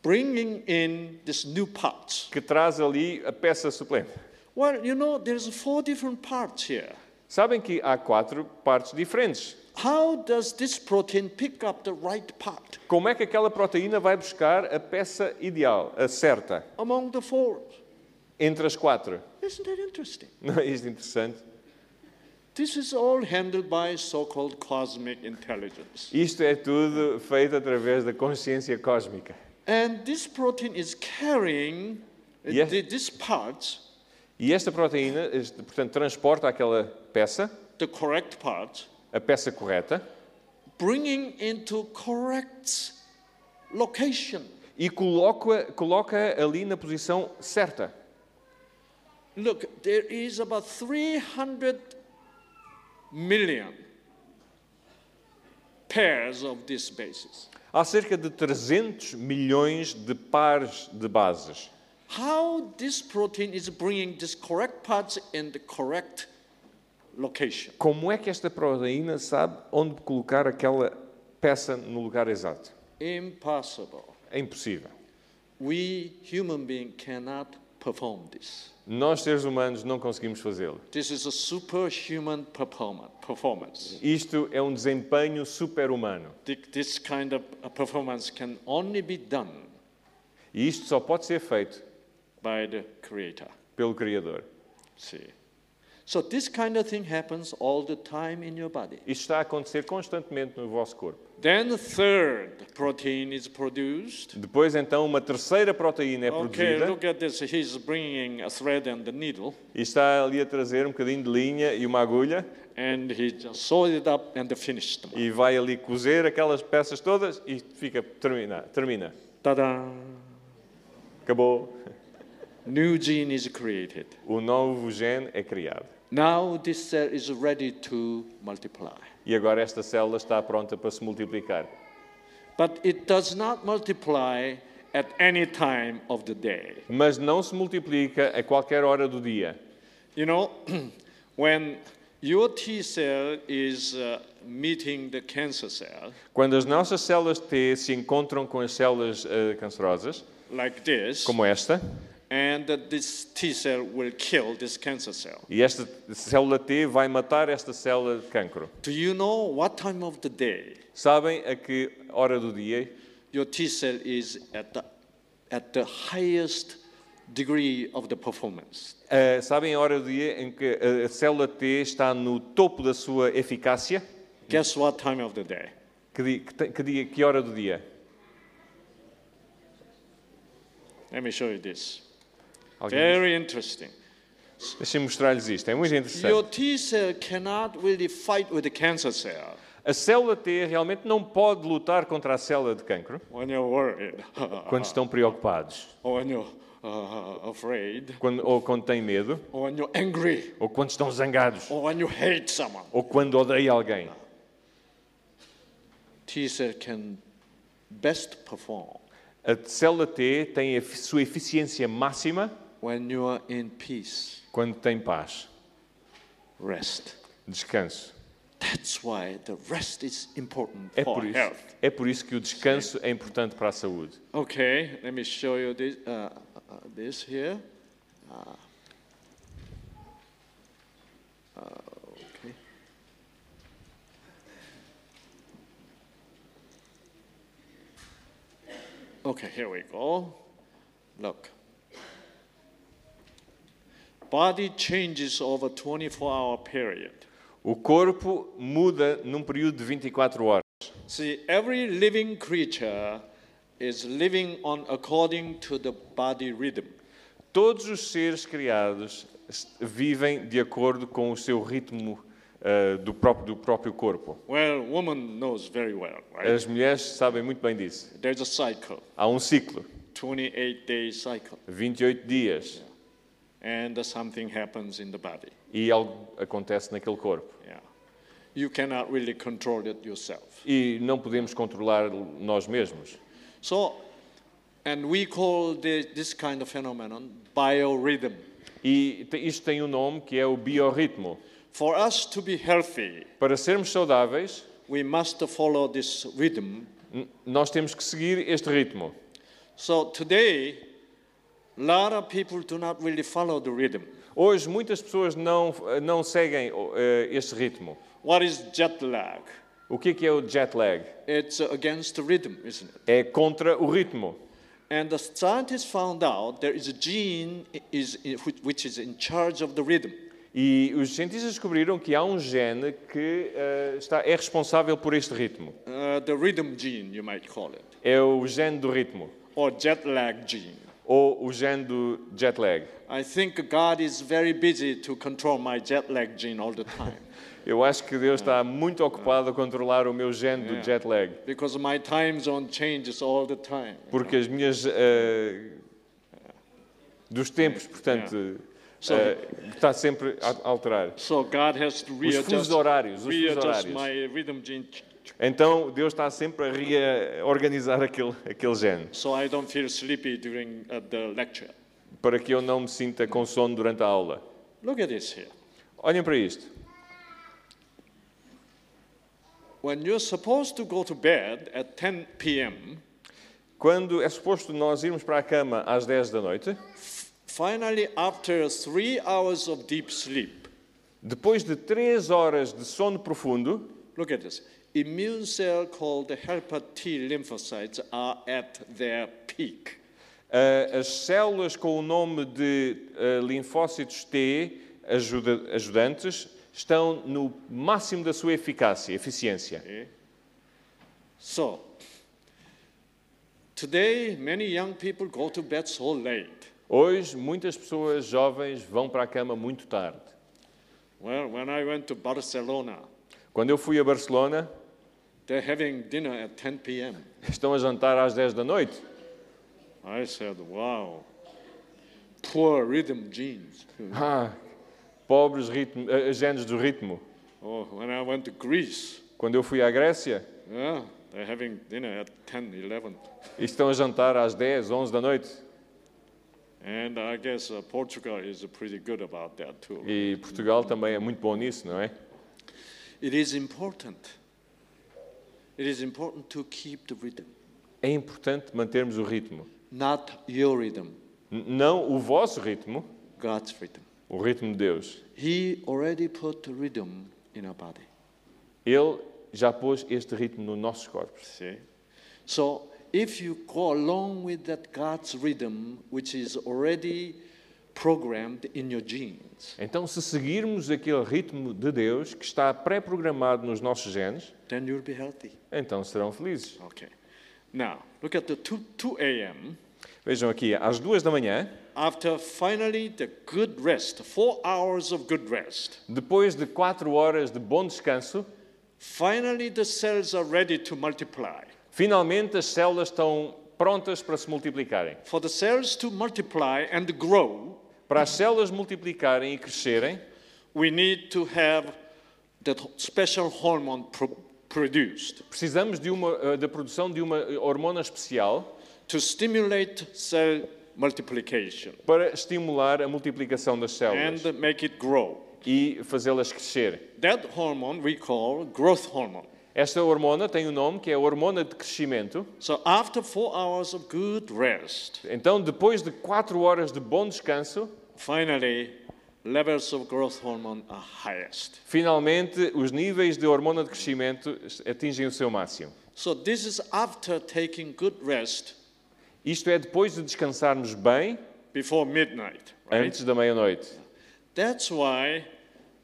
[SPEAKER 2] bringing in this new parts.
[SPEAKER 3] que traz ali a peça suplente.
[SPEAKER 2] Well, you know, there's four different parts here.
[SPEAKER 3] Sabem que há quatro partes diferentes.
[SPEAKER 2] How does this protein pick up the right part
[SPEAKER 3] Como é que aquela proteína vai buscar a peça ideal, a certa,
[SPEAKER 2] among the four?
[SPEAKER 3] entre as quatro?
[SPEAKER 2] Isn't that interesting?
[SPEAKER 3] Não é isto interessante?
[SPEAKER 2] This is all handled by so-called cosmic intelligence.
[SPEAKER 3] Isto é tudo feito através da consciência cósmica.
[SPEAKER 2] And this protein is carrying uh,
[SPEAKER 3] Yes.
[SPEAKER 2] the, this part,
[SPEAKER 3] E esta proteína, este, portanto, transporta aquela peça,
[SPEAKER 2] the correct part,
[SPEAKER 3] a peça correta,
[SPEAKER 2] bringing into correct location.
[SPEAKER 3] e coloca, coloca ali na posição certa.
[SPEAKER 2] Look, there is about 300 million pairs of these bases.
[SPEAKER 3] Há cerca de 300 milhões de pares de bases.
[SPEAKER 2] How this protein is bringing these correct parts in the correct location.
[SPEAKER 3] Como é que esta proteína sabe onde colocar aquela peça no lugar exato?
[SPEAKER 2] Impossible.
[SPEAKER 3] É impossível.
[SPEAKER 2] We human beings cannot perform this.
[SPEAKER 3] Nós, seres humanos, não conseguimos fazê-lo.
[SPEAKER 2] This is a superhuman performance. performance.
[SPEAKER 3] Isto é um desempenho super-humano.
[SPEAKER 2] Thi- This kind of a performance can only be done
[SPEAKER 3] E isto só pode ser feito
[SPEAKER 2] by the creator.
[SPEAKER 3] pelo Criador.
[SPEAKER 2] See. So this kind of thing happens all the time in your body.
[SPEAKER 3] Isto está a acontecer constantemente no vosso corpo.
[SPEAKER 2] Then third protein is produced.
[SPEAKER 3] Depois, então, uma terceira proteína é
[SPEAKER 2] Okay,
[SPEAKER 3] produzida
[SPEAKER 2] look at this. He's bringing a thread and a needle.
[SPEAKER 3] e está ali a trazer um bocadinho de linha e uma agulha
[SPEAKER 2] and he just sewed it up and finished them.
[SPEAKER 3] e vai ali cozer aquelas peças todas e fica termina, termina.
[SPEAKER 2] Ta-da!
[SPEAKER 3] Acabou.
[SPEAKER 2] New gene is created.
[SPEAKER 3] O novo gene é criado.
[SPEAKER 2] Now this cell is ready to multiply.
[SPEAKER 3] E agora esta célula está pronta para se multiplicar.
[SPEAKER 2] But it does not multiply at any time of the day.
[SPEAKER 3] Mas não se multiplica a qualquer hora do dia.
[SPEAKER 2] You know, when your T cell is uh, meeting the cancer cell
[SPEAKER 3] Quando as nossas células T se encontram com as células eh, cancerosas,
[SPEAKER 2] like this,
[SPEAKER 3] como esta,
[SPEAKER 2] and that this T cell will kill this cancer cell.
[SPEAKER 3] E esta célula T vai matar esta célula de cancro.
[SPEAKER 2] Do you know what time of the day
[SPEAKER 3] Sabem a que hora do dia
[SPEAKER 2] your T cell is at the, at the highest degree of the performance?
[SPEAKER 3] Uh, sabem a hora do dia em que eh, a- a célula T está no topo da sua eficácia?
[SPEAKER 2] Guess what time of the day?
[SPEAKER 3] Que, di- que te- que dia, que hora do dia?
[SPEAKER 2] Let me show you this.
[SPEAKER 3] Alguém-
[SPEAKER 2] Very interesting.
[SPEAKER 3] Deixem-me mostrar-lhes isto, é muito
[SPEAKER 2] Your
[SPEAKER 3] interessante.
[SPEAKER 2] T cell cannot really fight with the cancer cell
[SPEAKER 3] A célula T realmente não pode lutar contra a célula de cancro
[SPEAKER 2] when you're worried, Ah.
[SPEAKER 3] quando estão preocupados,
[SPEAKER 2] or when you're uh, afraid,
[SPEAKER 3] quando, ou quando têm medo,
[SPEAKER 2] or when you're angry,
[SPEAKER 3] ou quando estão zangados,
[SPEAKER 2] or when you hate someone.
[SPEAKER 3] ou quando odeiam alguém.
[SPEAKER 2] T cell can best perform
[SPEAKER 3] A célula T tem a efi- sua eficiência máxima
[SPEAKER 2] when you are in peace,
[SPEAKER 3] quando tem paz,
[SPEAKER 2] rest.
[SPEAKER 3] descanso.
[SPEAKER 2] That's why the rest is important
[SPEAKER 3] É
[SPEAKER 2] for
[SPEAKER 3] por isso,
[SPEAKER 2] health.
[SPEAKER 3] é por isso que o descanso é importante para a saúde.
[SPEAKER 2] Okay, let me show you this, uh, uh, uh, this here. Uh, uh, okay. Okay, here we go. Look. Body changes over 24 hour period.
[SPEAKER 3] O corpo muda num período de 24 horas.
[SPEAKER 2] See, every living creature is living on according to the body rhythm.
[SPEAKER 3] Todos os seres criados s- vivem de acordo com o seu ritmo ah, do, próprio, do próprio corpo.
[SPEAKER 2] Well, woman knows very well, right?
[SPEAKER 3] As mulheres sabem muito bem disso.
[SPEAKER 2] There's a cycle,
[SPEAKER 3] Há um ciclo,
[SPEAKER 2] 28 day cycle,
[SPEAKER 3] 28 dias,
[SPEAKER 2] and something happens in the body.
[SPEAKER 3] e algo acontece naquele corpo.
[SPEAKER 2] Yeah. You cannot really control it yourself.
[SPEAKER 3] E não podemos controlar nós mesmos.
[SPEAKER 2] So, and we call the, this kind of phenomenon biorhythm.
[SPEAKER 3] E te- isto tem um nome que é o biorritmo.
[SPEAKER 2] For us to be healthy,
[SPEAKER 3] Para sermos saudáveis,
[SPEAKER 2] we must follow this rhythm
[SPEAKER 3] n- nós temos que seguir este ritmo.
[SPEAKER 2] So today, a lot of people do not really follow the rhythm.
[SPEAKER 3] Hoje muitas pessoas não, não seguem oh, eh, este ritmo.
[SPEAKER 2] What is jet lag?
[SPEAKER 3] O que é, que é o jet lag?
[SPEAKER 2] It's against the rhythm, isn't it?
[SPEAKER 3] É contra o ritmo.
[SPEAKER 2] And the scientists found out there is a gene is which- which is in charge of the rhythm.
[SPEAKER 3] E os cientistas descobriram que há um gene que eh, está, é responsável por este ritmo.
[SPEAKER 2] Uh, the rhythm gene, you might call it,
[SPEAKER 3] É o gene do ritmo,
[SPEAKER 2] or jet lag gene.
[SPEAKER 3] ou o gene do jet lag.
[SPEAKER 2] I think God is very busy to control my jet lag gene all the time
[SPEAKER 3] Eu acho que Deus está muito ocupado a controlar o meu gene do jet lag,
[SPEAKER 2] because my time zone changes all the time.
[SPEAKER 3] porque as minhas. eh, dos tempos, portanto. eh, está sempre a alterar.
[SPEAKER 2] So God has to
[SPEAKER 3] fusos
[SPEAKER 2] readjust,
[SPEAKER 3] horários, os fusos
[SPEAKER 2] readjust
[SPEAKER 3] horários.
[SPEAKER 2] my rhythm gene
[SPEAKER 3] Então Deus está sempre a reorganizar aquele, aquele gene
[SPEAKER 2] so I don't feel sleepy during uh, the lecture.
[SPEAKER 3] para que eu não me sinta com sono durante a aula.
[SPEAKER 2] Look at this here.
[SPEAKER 3] Olhem para isto.
[SPEAKER 2] When you're supposed to go to bed at 10 p.m.,
[SPEAKER 3] Quando é suposto nós irmos para a cama às 10 da noite,
[SPEAKER 2] finally, after three hours of deep sleep,
[SPEAKER 3] depois de 3 horas de sono profundo,
[SPEAKER 2] look at this immune cell called the helper T lymphocytes are at their peak.
[SPEAKER 3] ah, as células com o nome de ah, linfócitos T ajuda- ajudantes estão no máximo da sua eficácia, eficiência.
[SPEAKER 2] So, today, many young people go to bed so late.
[SPEAKER 3] Hoje, muitas pessoas jovens vão para a cama muito tarde.
[SPEAKER 2] Well, when I went to Barcelona,
[SPEAKER 3] Quando eu fui a Barcelona,
[SPEAKER 2] they're having dinner at 10 p.m.
[SPEAKER 3] estão a jantar às 10 da noite.
[SPEAKER 2] I said, wow, poor rhythm genes.
[SPEAKER 3] Ah, pobres ritmo, ah, genes do ritmo.
[SPEAKER 2] oh, when I went to Greece,
[SPEAKER 3] Quando eu fui à Grécia,
[SPEAKER 2] yeah, they're having dinner at 10, 11.
[SPEAKER 3] estão a jantar às 10, 11 da noite.
[SPEAKER 2] And I guess uh, Portugal is pretty good about that too.
[SPEAKER 3] E Portugal também é muito bom nisso, não é?
[SPEAKER 2] It is important. It is important to keep the rhythm,
[SPEAKER 3] É importante mantermos o ritmo,
[SPEAKER 2] not your rhythm,
[SPEAKER 3] N- Não o vosso ritmo,
[SPEAKER 2] God's rhythm.
[SPEAKER 3] o ritmo de Deus.
[SPEAKER 2] He already put rhythm in our body.
[SPEAKER 3] Ele já pôs este ritmo no nossos corpos.
[SPEAKER 2] See? So if you go along with that God's rhythm, which is already programmed in your genes,
[SPEAKER 3] Então, se seguirmos aquele ritmo de Deus que está pré-programado nos nossos genes,
[SPEAKER 2] then you'll be healthy.
[SPEAKER 3] então serão felizes.
[SPEAKER 2] Okay. Now, look at the 2, 2 a.m.
[SPEAKER 3] Vejam aqui, às duas da manhã,
[SPEAKER 2] After finally the good rest, four hours of good rest,
[SPEAKER 3] depois de quatro horas de bom descanso,
[SPEAKER 2] finally the cells are ready to multiply.
[SPEAKER 3] finalmente as células estão prontas para se multiplicarem.
[SPEAKER 2] For the cells to multiply and grow,
[SPEAKER 3] Para as células multiplicarem e crescerem,
[SPEAKER 2] we need to have that special hormone pro- produced
[SPEAKER 3] precisamos de uma, eh, da produção de uma eh, hormona especial
[SPEAKER 2] to stimulate cell multiplication
[SPEAKER 3] para estimular a multiplicação das células
[SPEAKER 2] and make it grow.
[SPEAKER 3] e fazê-las crescer.
[SPEAKER 2] That hormone we call growth hormone.
[SPEAKER 3] Esta hormona tem um nome que é a hormona de crescimento.
[SPEAKER 2] So after four hours of good rest,
[SPEAKER 3] Então, depois de quatro horas de bom descanso,
[SPEAKER 2] finally levels of growth hormone are highest.
[SPEAKER 3] finalmente os níveis de hormona de crescimento atingem o seu máximo.
[SPEAKER 2] So this is after taking good rest
[SPEAKER 3] Isto é depois de descansarmos bem
[SPEAKER 2] before midnight, right?
[SPEAKER 3] antes da meia-noite.
[SPEAKER 2] That's why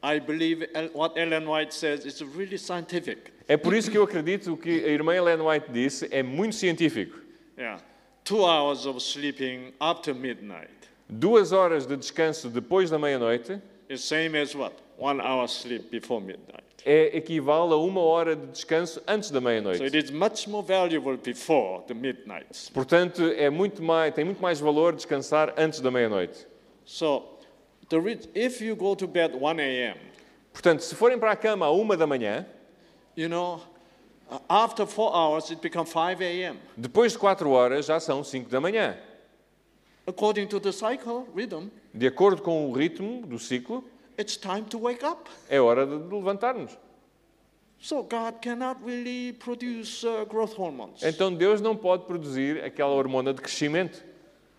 [SPEAKER 2] I believe El- what Ellen White says is really scientific.
[SPEAKER 3] É por isso que eu acredito o que a irmã Ellen White disse é muito científico.
[SPEAKER 2] Yeah. Two hours of sleeping after midnight
[SPEAKER 3] Duas horas de descanso depois da meia-noite
[SPEAKER 2] is same as what? One hour sleep before midnight.
[SPEAKER 3] é equivale a uma hora de descanso antes da
[SPEAKER 2] So it
[SPEAKER 3] meia-noite.
[SPEAKER 2] is much more valuable before the midnight.
[SPEAKER 3] Portanto, é muito mais, tem muito mais valor descansar antes da meia-noite.
[SPEAKER 2] So the re- if you go to bed 1 a.m.,
[SPEAKER 3] Portanto, se forem para a cama à uma da manhã,
[SPEAKER 2] you know, uh, after four hours it becomes 5 a.m.
[SPEAKER 3] depois de quatro horas já são cinco da manhã.
[SPEAKER 2] According to the cycle rhythm,
[SPEAKER 3] De acordo com o ritmo do ciclo,
[SPEAKER 2] it's time to wake up.
[SPEAKER 3] é hora de levantarmos.
[SPEAKER 2] So God cannot really produce uh, growth hormones.
[SPEAKER 3] Então Deus não pode produzir aquela hormona de crescimento.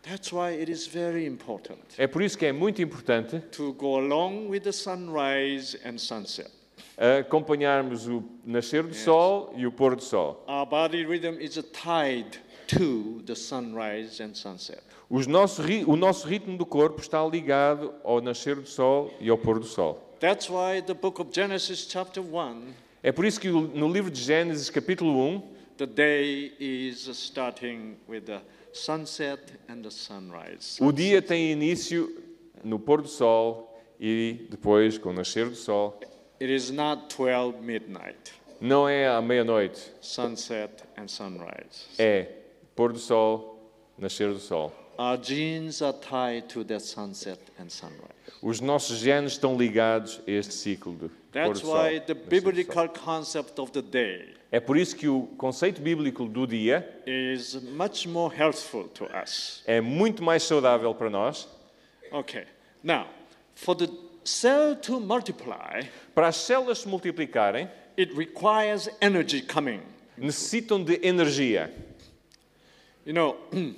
[SPEAKER 2] That's why it is very important
[SPEAKER 3] É por isso que é muito importante
[SPEAKER 2] to go along with the sunrise and sunset.
[SPEAKER 3] ah, acompanharmos o nascer do sol e o pôr do sol.
[SPEAKER 2] Our body rhythm is tied to the sunrise and sunset.
[SPEAKER 3] Os nosso ri- o nosso ritmo do corpo está ligado ao nascer do sol e ao pôr do sol.
[SPEAKER 2] That's why the book of Genesis, chapter 1,
[SPEAKER 3] É por isso que o- no livro de Gênesis, capítulo 1,
[SPEAKER 2] the day is starting with the sunset and the sunrise.
[SPEAKER 3] o dia tem início no pôr do sol e depois com o nascer do sol.
[SPEAKER 2] It is not 12 midnight,
[SPEAKER 3] Não é à meia-noite,
[SPEAKER 2] sunset and sunrise.
[SPEAKER 3] é pôr do sol, nascer do sol.
[SPEAKER 2] Our genes are tied to that sunset and sunrise.
[SPEAKER 3] Os nossos genes estão ligados a este ciclo de pôr do
[SPEAKER 2] That's
[SPEAKER 3] sol.
[SPEAKER 2] why the
[SPEAKER 3] nascer do sol.
[SPEAKER 2] biblical concept of the day
[SPEAKER 3] É por isso que o conceito bíblico do dia
[SPEAKER 2] is much more helpful to us.
[SPEAKER 3] é muito mais saudável para nós.
[SPEAKER 2] Okay, now, for the cell to multiply,
[SPEAKER 3] Para as células se multiplicarem,
[SPEAKER 2] it requires energy coming.
[SPEAKER 3] necessitam de energia.
[SPEAKER 2] You know,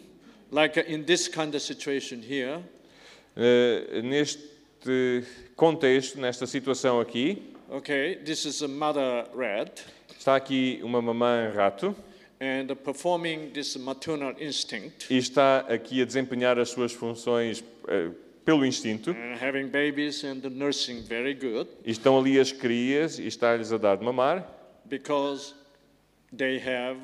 [SPEAKER 2] like in this kind of situation here,
[SPEAKER 3] Eh, neste contexto, nesta situação aqui,
[SPEAKER 2] okay, this is a mother rat
[SPEAKER 3] está aqui uma mamã rato
[SPEAKER 2] and performing this maternal instinct
[SPEAKER 3] e está aqui a desempenhar as suas funções eh, pelo instinto.
[SPEAKER 2] and having babies and nursing very good
[SPEAKER 3] E estão ali as crias e está-lhes a dar de mamar,
[SPEAKER 2] because they have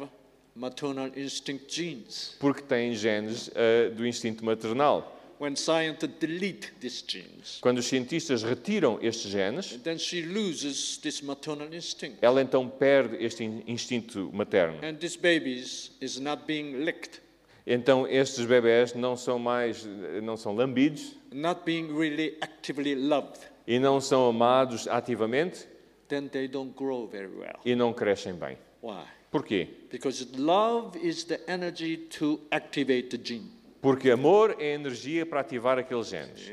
[SPEAKER 2] maternal instinct genes.
[SPEAKER 3] porque têm genes eh, do instinto maternal.
[SPEAKER 2] when science delete these genes,
[SPEAKER 3] Quando os cientistas retiram estes genes,
[SPEAKER 2] then she loses this maternal instinct.
[SPEAKER 3] ela então perde este in- instinto materno.
[SPEAKER 2] And this baby is not being licked,
[SPEAKER 3] Então estes bebés não são mais, eh, não são lambidos
[SPEAKER 2] not being really actively loved.
[SPEAKER 3] e não são amados ativamente
[SPEAKER 2] Then they don't grow very well.
[SPEAKER 3] e não crescem bem.
[SPEAKER 2] Why?
[SPEAKER 3] Porquê?
[SPEAKER 2] Because love is the energy to activate the gene.
[SPEAKER 3] Porque amor é energia para ativar aqueles genes.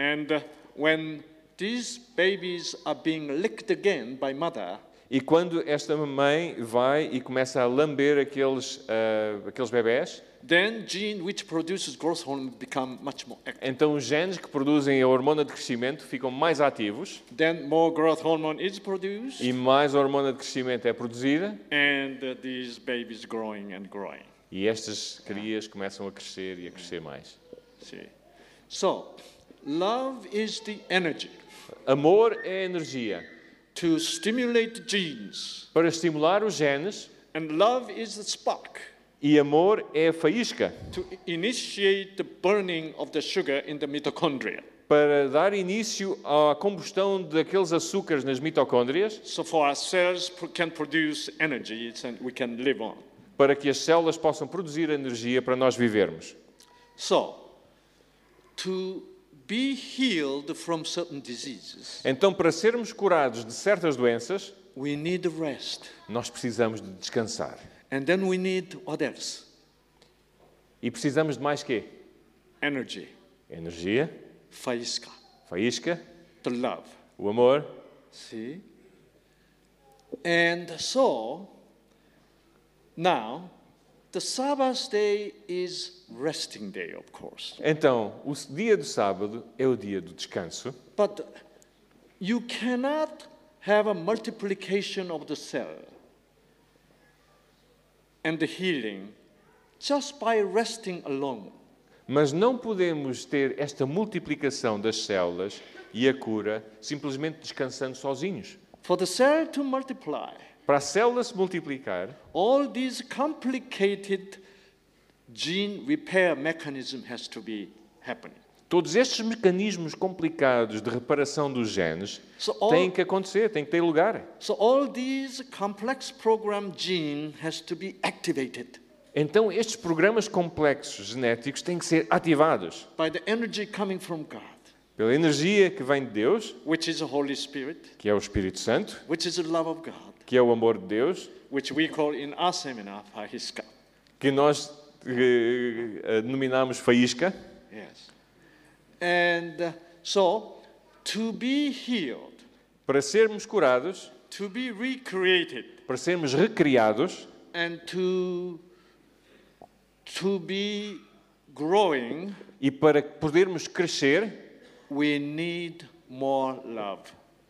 [SPEAKER 2] And uh, when these babies are being licked again by mother,
[SPEAKER 3] E quando esta mãe vai e começa a lamber aqueles, ah, aqueles bebés,
[SPEAKER 2] then gene which produces growth hormone become much more active.
[SPEAKER 3] então os genes que produzem a hormona de crescimento ficam mais ativos
[SPEAKER 2] Then more growth hormone is produced,
[SPEAKER 3] e mais hormona de crescimento é produzida
[SPEAKER 2] and uh, these babies growing and growing.
[SPEAKER 3] e estas crias começam a crescer e a crescer mais.
[SPEAKER 2] See, so love is the energy
[SPEAKER 3] Amor é energia
[SPEAKER 2] to stimulate genes,
[SPEAKER 3] para estimular os genes
[SPEAKER 2] and love is the spark
[SPEAKER 3] e amor é a faísca
[SPEAKER 2] to i- initiate the burning of the sugar in the mitochondria.
[SPEAKER 3] para dar início à combustão daqueles açúcares nas mitocôndrias
[SPEAKER 2] So for our cells pro- can produce energy and we can live on.
[SPEAKER 3] para que as células possam produzir energia para nós vivermos.
[SPEAKER 2] So to be healed from certain diseases,
[SPEAKER 3] Então, para sermos curados de certas doenças,
[SPEAKER 2] we need rest.
[SPEAKER 3] nós precisamos de descansar.
[SPEAKER 2] And then we need what else?
[SPEAKER 3] E precisamos de mais quê?
[SPEAKER 2] Energy,
[SPEAKER 3] Energia,
[SPEAKER 2] faísca,
[SPEAKER 3] faísca,
[SPEAKER 2] the love.
[SPEAKER 3] o amor.
[SPEAKER 2] See? And so, now, the Sabbath day is resting day, of course.
[SPEAKER 3] Então, o dia do sábado é o dia do descanso,
[SPEAKER 2] But you cannot have a multiplication of the cell and the healing just by resting alone.
[SPEAKER 3] mas não podemos ter esta multiplicação das células e a cura simplesmente descansando sozinhos.
[SPEAKER 2] For the cell to multiply,
[SPEAKER 3] Para a célula se multiplicar,
[SPEAKER 2] all these complicated gene repair mechanism has to be happening.
[SPEAKER 3] todos estes mecanismos complicados de reparação dos genes
[SPEAKER 2] So all-
[SPEAKER 3] têm que acontecer, têm que ter lugar.
[SPEAKER 2] So all these complex program gene has to be activated
[SPEAKER 3] Então, estes programas complexos genéticos têm que ser ativados
[SPEAKER 2] by the energy coming from God,
[SPEAKER 3] pela energia que vem de Deus,
[SPEAKER 2] which is the Holy Spirit,
[SPEAKER 3] que é o Espírito Santo,
[SPEAKER 2] which is the love of God,
[SPEAKER 3] que é o amor de Deus,
[SPEAKER 2] which we call in our seminar Fahiska.
[SPEAKER 3] que nós eh, eh, denominamos faísca.
[SPEAKER 2] Yes. And uh, so to be healed,
[SPEAKER 3] Para sermos curados,
[SPEAKER 2] to be recreated,
[SPEAKER 3] para sermos recriados
[SPEAKER 2] and to to be growing,
[SPEAKER 3] e para podermos crescer,
[SPEAKER 2] we need more love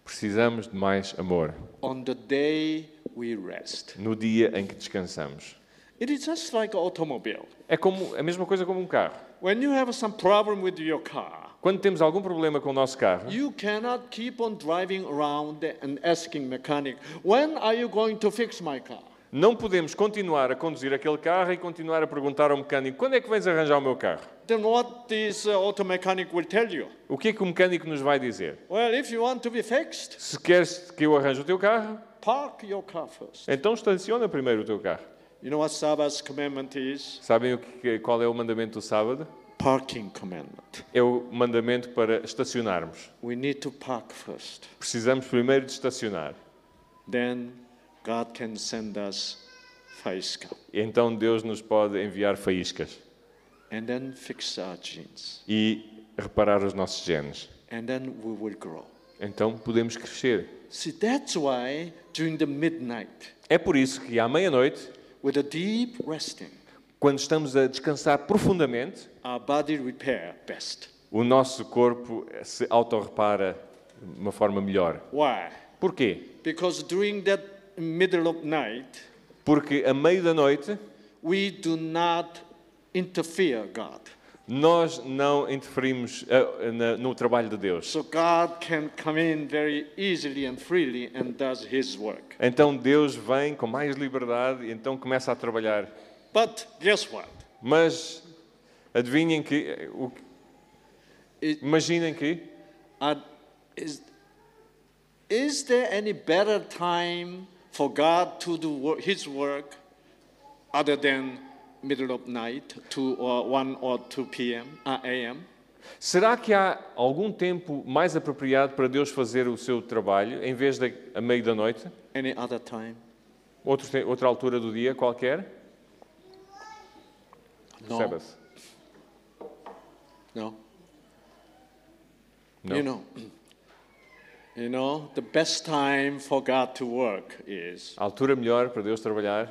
[SPEAKER 3] precisamos de mais amor
[SPEAKER 2] on the day we rest.
[SPEAKER 3] no dia em que descansamos.
[SPEAKER 2] It is just like an automobile.
[SPEAKER 3] É como a mesma coisa como um carro.
[SPEAKER 2] When you have some problem with your car,
[SPEAKER 3] Quando temos algum problema com o nosso carro,
[SPEAKER 2] you cannot keep on driving around and asking mechanic, when are you going to fix my car?
[SPEAKER 3] não podemos continuar a conduzir aquele carro e continuar a perguntar ao mecânico quando é que vais arranjar o meu carro?
[SPEAKER 2] Then what this uh, auto mechanic will tell you?
[SPEAKER 3] O que é que o mecânico nos vai dizer?
[SPEAKER 2] Well, if you want to be fixed,
[SPEAKER 3] Se queres que eu arranje o teu carro,
[SPEAKER 2] park your car first.
[SPEAKER 3] então estaciona primeiro o teu carro.
[SPEAKER 2] You know what Sabbath's commandment is?
[SPEAKER 3] Sabem o que, qual é o mandamento do sábado?
[SPEAKER 2] Parking commandment.
[SPEAKER 3] É o mandamento para estacionarmos.
[SPEAKER 2] We need to park first.
[SPEAKER 3] Precisamos primeiro de estacionar.
[SPEAKER 2] Then God can send us faiska
[SPEAKER 3] Então Deus nos pode enviar faíscas
[SPEAKER 2] and then fix our genes.
[SPEAKER 3] e reparar os nossos genes.
[SPEAKER 2] And then we will grow.
[SPEAKER 3] Então podemos crescer.
[SPEAKER 2] See, that's why during the midnight,
[SPEAKER 3] É por isso que à meia-noite,
[SPEAKER 2] with a deep resting,
[SPEAKER 3] quando estamos a descansar profundamente,
[SPEAKER 2] our body repair best.
[SPEAKER 3] o nosso corpo se autorrepara de uma forma melhor.
[SPEAKER 2] Why?
[SPEAKER 3] Porquê?
[SPEAKER 2] Because during that middle of night,
[SPEAKER 3] Porque a meio da noite
[SPEAKER 2] we do not interfere God.
[SPEAKER 3] nós não interferimos ah, na- no trabalho de Deus.
[SPEAKER 2] So God can come in very easily and freely and does his work.
[SPEAKER 3] Então Deus vem com mais liberdade e então começa a trabalhar.
[SPEAKER 2] But guess what?
[SPEAKER 3] Mas adivinhem que eh, o que-
[SPEAKER 2] It-
[SPEAKER 3] imaginem que
[SPEAKER 2] Are- is, is there any better time for God to do wo- his work other than middle of night, 2 or 1 or 2 p.m., uh, a.m.?
[SPEAKER 3] será que há algum tempo mais apropriado para Deus fazer o seu trabalho em vez da a meio da noite?
[SPEAKER 2] Any other time?
[SPEAKER 3] Outro te- outra altura do dia qualquer?
[SPEAKER 2] No.
[SPEAKER 3] Sabbath.
[SPEAKER 2] No.
[SPEAKER 3] No.
[SPEAKER 2] You know, You know, the best time for God to work is
[SPEAKER 3] A altura melhor para Deus trabalhar,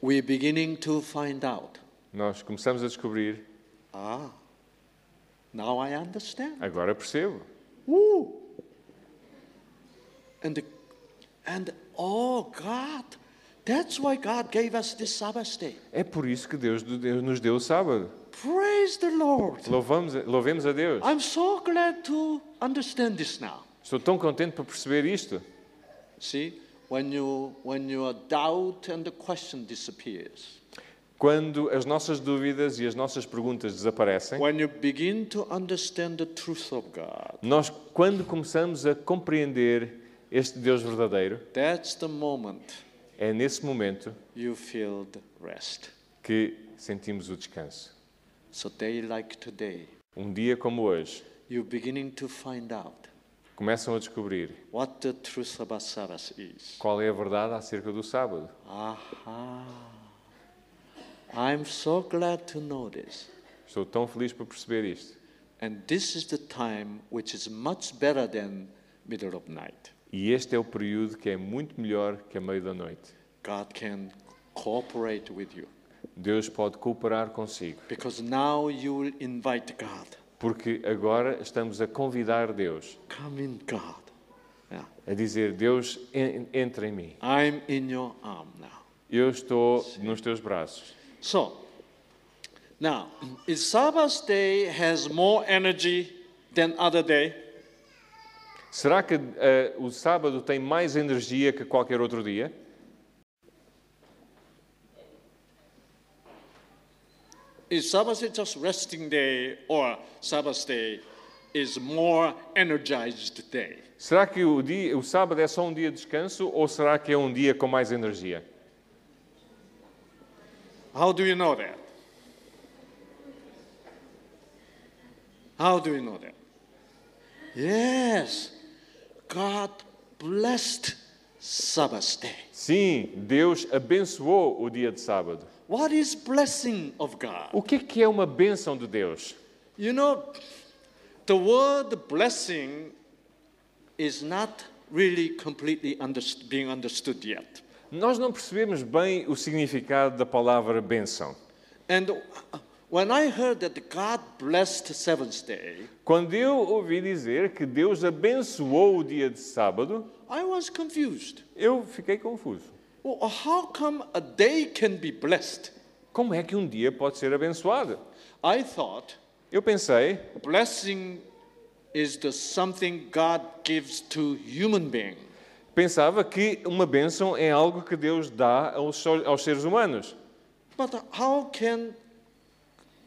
[SPEAKER 2] we're beginning to find out.
[SPEAKER 3] nós começamos a descobrir,
[SPEAKER 2] Ah, now I understand.
[SPEAKER 3] agora percebo.
[SPEAKER 2] Woo! And the, and oh God, that's why God gave us this Sabbath day.
[SPEAKER 3] É por isso que Deus Deus nos deu o sábado.
[SPEAKER 2] Praise the Lord.
[SPEAKER 3] Louvamos, louvemos a Deus.
[SPEAKER 2] I'm so glad to understand this now.
[SPEAKER 3] Estou tão contente por perceber isto.
[SPEAKER 2] See, when you when your doubt and the question disappears,
[SPEAKER 3] Quando as nossas dúvidas e as nossas perguntas desaparecem,
[SPEAKER 2] when you begin to understand the truth of God,
[SPEAKER 3] nós, quando começamos a compreender este Deus verdadeiro,
[SPEAKER 2] that's the moment
[SPEAKER 3] é nesse momento
[SPEAKER 2] you feel the rest.
[SPEAKER 3] que sentimos o descanso.
[SPEAKER 2] So day like today,
[SPEAKER 3] Um dia como hoje,
[SPEAKER 2] you're beginning to find out
[SPEAKER 3] começam a descobrir
[SPEAKER 2] what the truth about Sabbath is.
[SPEAKER 3] qual é a verdade acerca do sábado.
[SPEAKER 2] Aha. I'm so glad to know this.
[SPEAKER 3] Estou tão feliz por perceber isto.
[SPEAKER 2] And this is the time which is much better than middle of night.
[SPEAKER 3] E este é o período que é muito melhor que a meio da noite.
[SPEAKER 2] God can cooperate with you
[SPEAKER 3] Deus pode cooperar consigo,
[SPEAKER 2] because now you will invite God.
[SPEAKER 3] porque agora estamos a convidar Deus
[SPEAKER 2] Come in, God. Yeah.
[SPEAKER 3] a dizer: Deus, en- entra em mim.
[SPEAKER 2] I'm in your arm now.
[SPEAKER 3] Eu estou nos teus braços.
[SPEAKER 2] So, now, is Sabbath day has more energy than other day?
[SPEAKER 3] Será que eh, o sábado tem mais energia que qualquer outro dia?
[SPEAKER 2] Is Sabbath day just resting day or Sabbath day is more energized day?
[SPEAKER 3] Será que o, dia, o sábado é só um dia de descanso ou será que é um dia com mais energia?
[SPEAKER 2] How do you know that? How do you know that? Yes, God blessed Sabbath day.
[SPEAKER 3] Sim, Deus abençoou o dia de sábado.
[SPEAKER 2] What is blessing of God?
[SPEAKER 3] O que é que é uma bênção de Deus?
[SPEAKER 2] You know, the word blessing is not really completely underst- being understood yet.
[SPEAKER 3] Nós não percebemos bem o significado da palavra bênção.
[SPEAKER 2] And when I heard that God blessed seventh day,
[SPEAKER 3] Quando eu ouvi dizer que Deus abençoou o dia de sábado,
[SPEAKER 2] I was confused.
[SPEAKER 3] eu fiquei confuso.
[SPEAKER 2] Well, how come a day can be blessed?
[SPEAKER 3] Como é que um dia pode ser abençoado?
[SPEAKER 2] I thought
[SPEAKER 3] Eu pensei,
[SPEAKER 2] blessing is the something God gives to human being.
[SPEAKER 3] pensava que uma bênção é algo que Deus dá aos, so- aos seres humanos.
[SPEAKER 2] But how can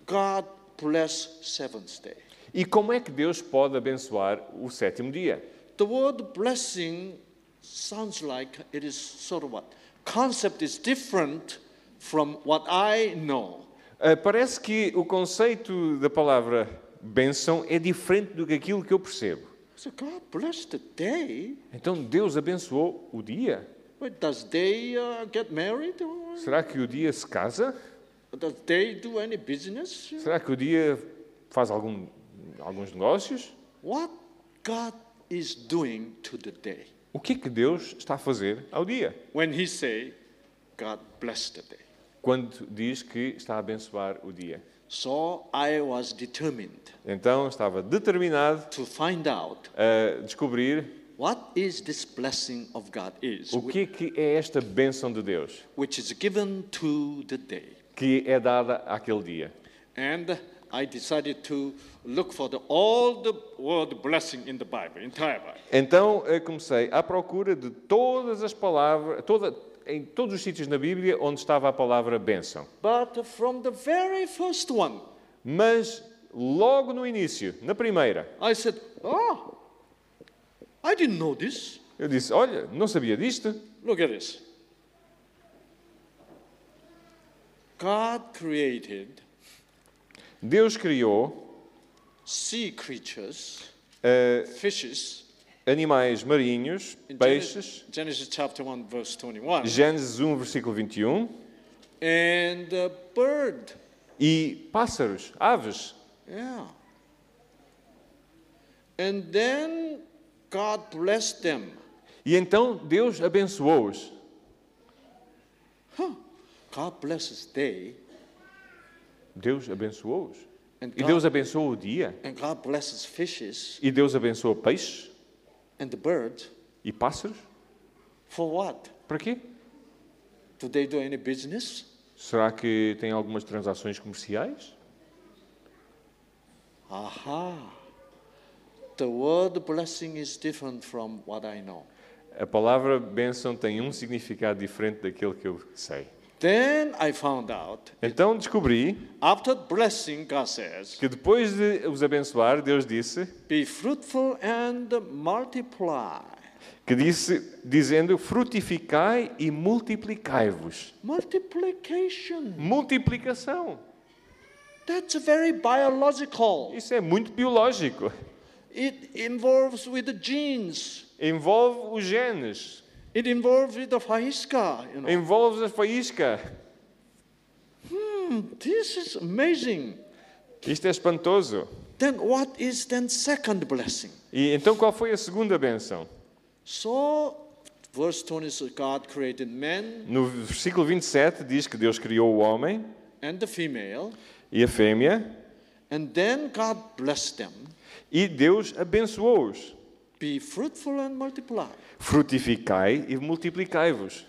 [SPEAKER 2] God bless seventh day?
[SPEAKER 3] E como é que Deus pode abençoar o sétimo dia?
[SPEAKER 2] The word blessing sounds like it is sort of what concept is different from what I know.
[SPEAKER 3] Ah, Parece que o conceito da palavra bênção é diferente do que aquilo que eu percebo.
[SPEAKER 2] So God blessed the day.
[SPEAKER 3] Então Deus abençoou o dia?
[SPEAKER 2] Wait, does they uh, get married? Or
[SPEAKER 3] Será que o dia se casa?
[SPEAKER 2] does they do any business?
[SPEAKER 3] Será que o dia faz algum, alguns negócios?
[SPEAKER 2] What God is doing to the day
[SPEAKER 3] O que é que Deus está a fazer ao dia?
[SPEAKER 2] when He say, God bless the day.
[SPEAKER 3] Quando diz que está a abençoar o dia.
[SPEAKER 2] So I was determined
[SPEAKER 3] Então estava determinado
[SPEAKER 2] to find out
[SPEAKER 3] a descobrir
[SPEAKER 2] what is this blessing of God is,
[SPEAKER 3] o que é que é esta bênção de Deus
[SPEAKER 2] which is given to the day.
[SPEAKER 3] que é dada àquele dia.
[SPEAKER 2] And I decided to look for the, all the word blessing in the Bible, entire Bible.
[SPEAKER 3] Então eh, comecei à procura de todas as palavras, toda, em todos os sítios na Bíblia onde estava a palavra bênção.
[SPEAKER 2] But from the very first one,
[SPEAKER 3] Mas logo no início, na primeira,
[SPEAKER 2] I said, oh, I didn't know this.
[SPEAKER 3] eu disse: Olha, não sabia disto.
[SPEAKER 2] Look at this. God created
[SPEAKER 3] Deus criou
[SPEAKER 2] sea creatures,
[SPEAKER 3] eh,
[SPEAKER 2] fishes.
[SPEAKER 3] animais marinhos,
[SPEAKER 2] In
[SPEAKER 3] peixes.
[SPEAKER 2] Genesis, Genesis chapter 1, verse 21.
[SPEAKER 3] Gênesis 1, versículo 21.
[SPEAKER 2] And a bird.
[SPEAKER 3] E pássaros, aves.
[SPEAKER 2] Yeah. And then God blessed them.
[SPEAKER 3] E então Deus abençoou-os.
[SPEAKER 2] God blesses day
[SPEAKER 3] Deus abençoou-os.
[SPEAKER 2] And
[SPEAKER 3] E
[SPEAKER 2] God-
[SPEAKER 3] Deus abençoou o dia.
[SPEAKER 2] and God blesses fishes
[SPEAKER 3] E Deus abençoou peixes
[SPEAKER 2] and the bird.
[SPEAKER 3] e pássaros.
[SPEAKER 2] For what?
[SPEAKER 3] Para quê?
[SPEAKER 2] Do they do any business?
[SPEAKER 3] Será que tem algumas transações comerciais?
[SPEAKER 2] Aha. The word blessing is different from what I know.
[SPEAKER 3] A palavra bênção tem um significado diferente daquele que eu sei.
[SPEAKER 2] Then I found out
[SPEAKER 3] Então descobri
[SPEAKER 2] after blessing, God says,
[SPEAKER 3] que depois de os abençoar, Deus disse
[SPEAKER 2] Be fruitful and multiply.
[SPEAKER 3] que disse dizendo frutificai e multiplicai-vos.
[SPEAKER 2] Multiplication.
[SPEAKER 3] Multiplicação.
[SPEAKER 2] That's very biological.
[SPEAKER 3] Isso é muito biológico.
[SPEAKER 2] It involves with the genes.
[SPEAKER 3] Envolve os genes,
[SPEAKER 2] It involves with the fahiska. You know.
[SPEAKER 3] envolve a faísca.
[SPEAKER 2] Hmm, This is amazing.
[SPEAKER 3] Isto é espantoso.
[SPEAKER 2] Then what is then second blessing?
[SPEAKER 3] E então qual foi a segunda bênção?
[SPEAKER 2] So, verse 20 says God created man
[SPEAKER 3] No versículo 27 diz que Deus criou o homem
[SPEAKER 2] and the female,
[SPEAKER 3] e a fêmea
[SPEAKER 2] and then God blessed them.
[SPEAKER 3] e Deus abençoou-os.
[SPEAKER 2] Be fruitful and multiply.
[SPEAKER 3] Frutificai e multiplicai-vos.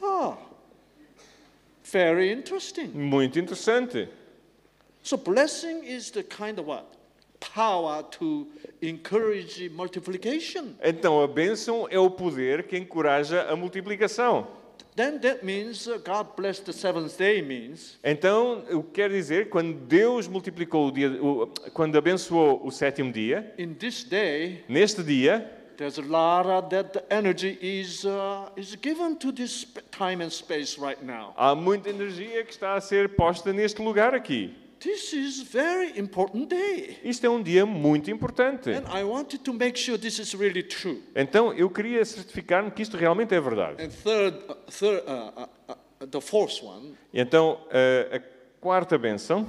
[SPEAKER 2] Ah, very interesting.
[SPEAKER 3] Muito interessante.
[SPEAKER 2] So, blessing is the kind of what? Power to encourage multiplication.
[SPEAKER 3] Então a bênção é o poder que encoraja a multiplicação.
[SPEAKER 2] Then that means uh, God blessed the seventh day means
[SPEAKER 3] Então, o que quer dizer, quando Deus multiplicou o dia, o- quando abençoou o sétimo dia,
[SPEAKER 2] in this day
[SPEAKER 3] neste dia,
[SPEAKER 2] There's a lot of that the energy is, uh, is given to this sp- time and space right now.
[SPEAKER 3] há muita energia que está a ser posta neste lugar aqui.
[SPEAKER 2] This is very important day.
[SPEAKER 3] Isto é um dia muito importante.
[SPEAKER 2] And I wanted to make sure this is really true.
[SPEAKER 3] Então, eu queria certificar-me que isto realmente é verdade.
[SPEAKER 2] And third, uh, third uh, uh, uh, the fourth one,
[SPEAKER 3] Então, a, a quarta benção,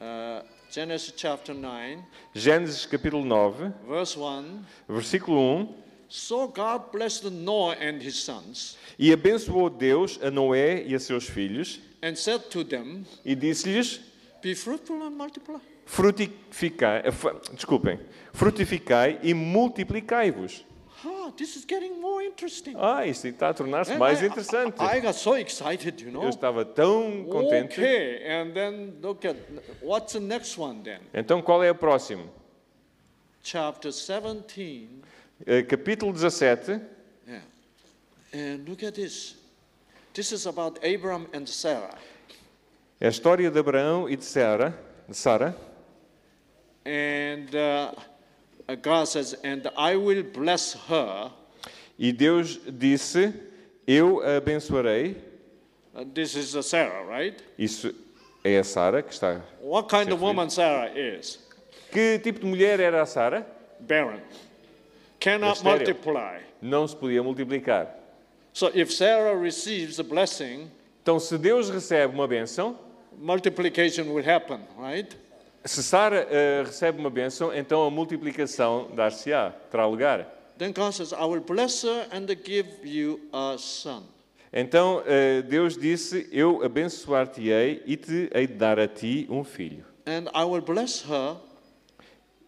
[SPEAKER 2] uh, Genesis chapter 9,
[SPEAKER 3] Gênesis capítulo 9,
[SPEAKER 2] verse 1.
[SPEAKER 3] versículo 1,
[SPEAKER 2] So God blessed Noah and his sons
[SPEAKER 3] e abençoou Deus a Noé e a seus filhos,
[SPEAKER 2] and said to them,
[SPEAKER 3] e disse-lhes,
[SPEAKER 2] Be fruitful and multiply.
[SPEAKER 3] frutificai, eh, fa- desculpem, frutificai e multiplicai-vos.
[SPEAKER 2] Ah, this is getting more interesting.
[SPEAKER 3] Ah, isto está a tornar-se
[SPEAKER 2] And
[SPEAKER 3] mais
[SPEAKER 2] I-
[SPEAKER 3] interessante.
[SPEAKER 2] I, I got so excited, you know.
[SPEAKER 3] Eu estava tão contente.
[SPEAKER 2] Okay, and then look at what's the next one then?
[SPEAKER 3] Então, qual é a próxima?
[SPEAKER 2] Chapter 17.
[SPEAKER 3] Eh, Capítulo 17.
[SPEAKER 2] Yeah. And look at this. This is about Abram and Sarah.
[SPEAKER 3] É a história de Abraão e de Sara. De Sara.
[SPEAKER 2] And uh, God says, And I will bless her.
[SPEAKER 3] E Deus disse: Eu a abençoarei.
[SPEAKER 2] Uh, this is uh, Sarah, right?
[SPEAKER 3] Isso é a Sara que está.
[SPEAKER 2] What kind of
[SPEAKER 3] Definitely.
[SPEAKER 2] woman Sarah is?
[SPEAKER 3] Que tipo de mulher era a Sara?
[SPEAKER 2] Barren. Cannot
[SPEAKER 3] Estéril.
[SPEAKER 2] multiply.
[SPEAKER 3] Não se podia multiplicar.
[SPEAKER 2] So if Sarah receives a blessing,
[SPEAKER 3] Então, se Deus recebe uma bênção,
[SPEAKER 2] multiplication will happen, right?
[SPEAKER 3] Se Sara eh, recebe uma bênção, então a multiplicação dar-se-á, terá lugar.
[SPEAKER 2] Then God says, I will bless her and give you a son.
[SPEAKER 3] Então eh, Deus disse: Eu abençoar-te-ei e te hei de dar a ti um filho.
[SPEAKER 2] And I will bless her,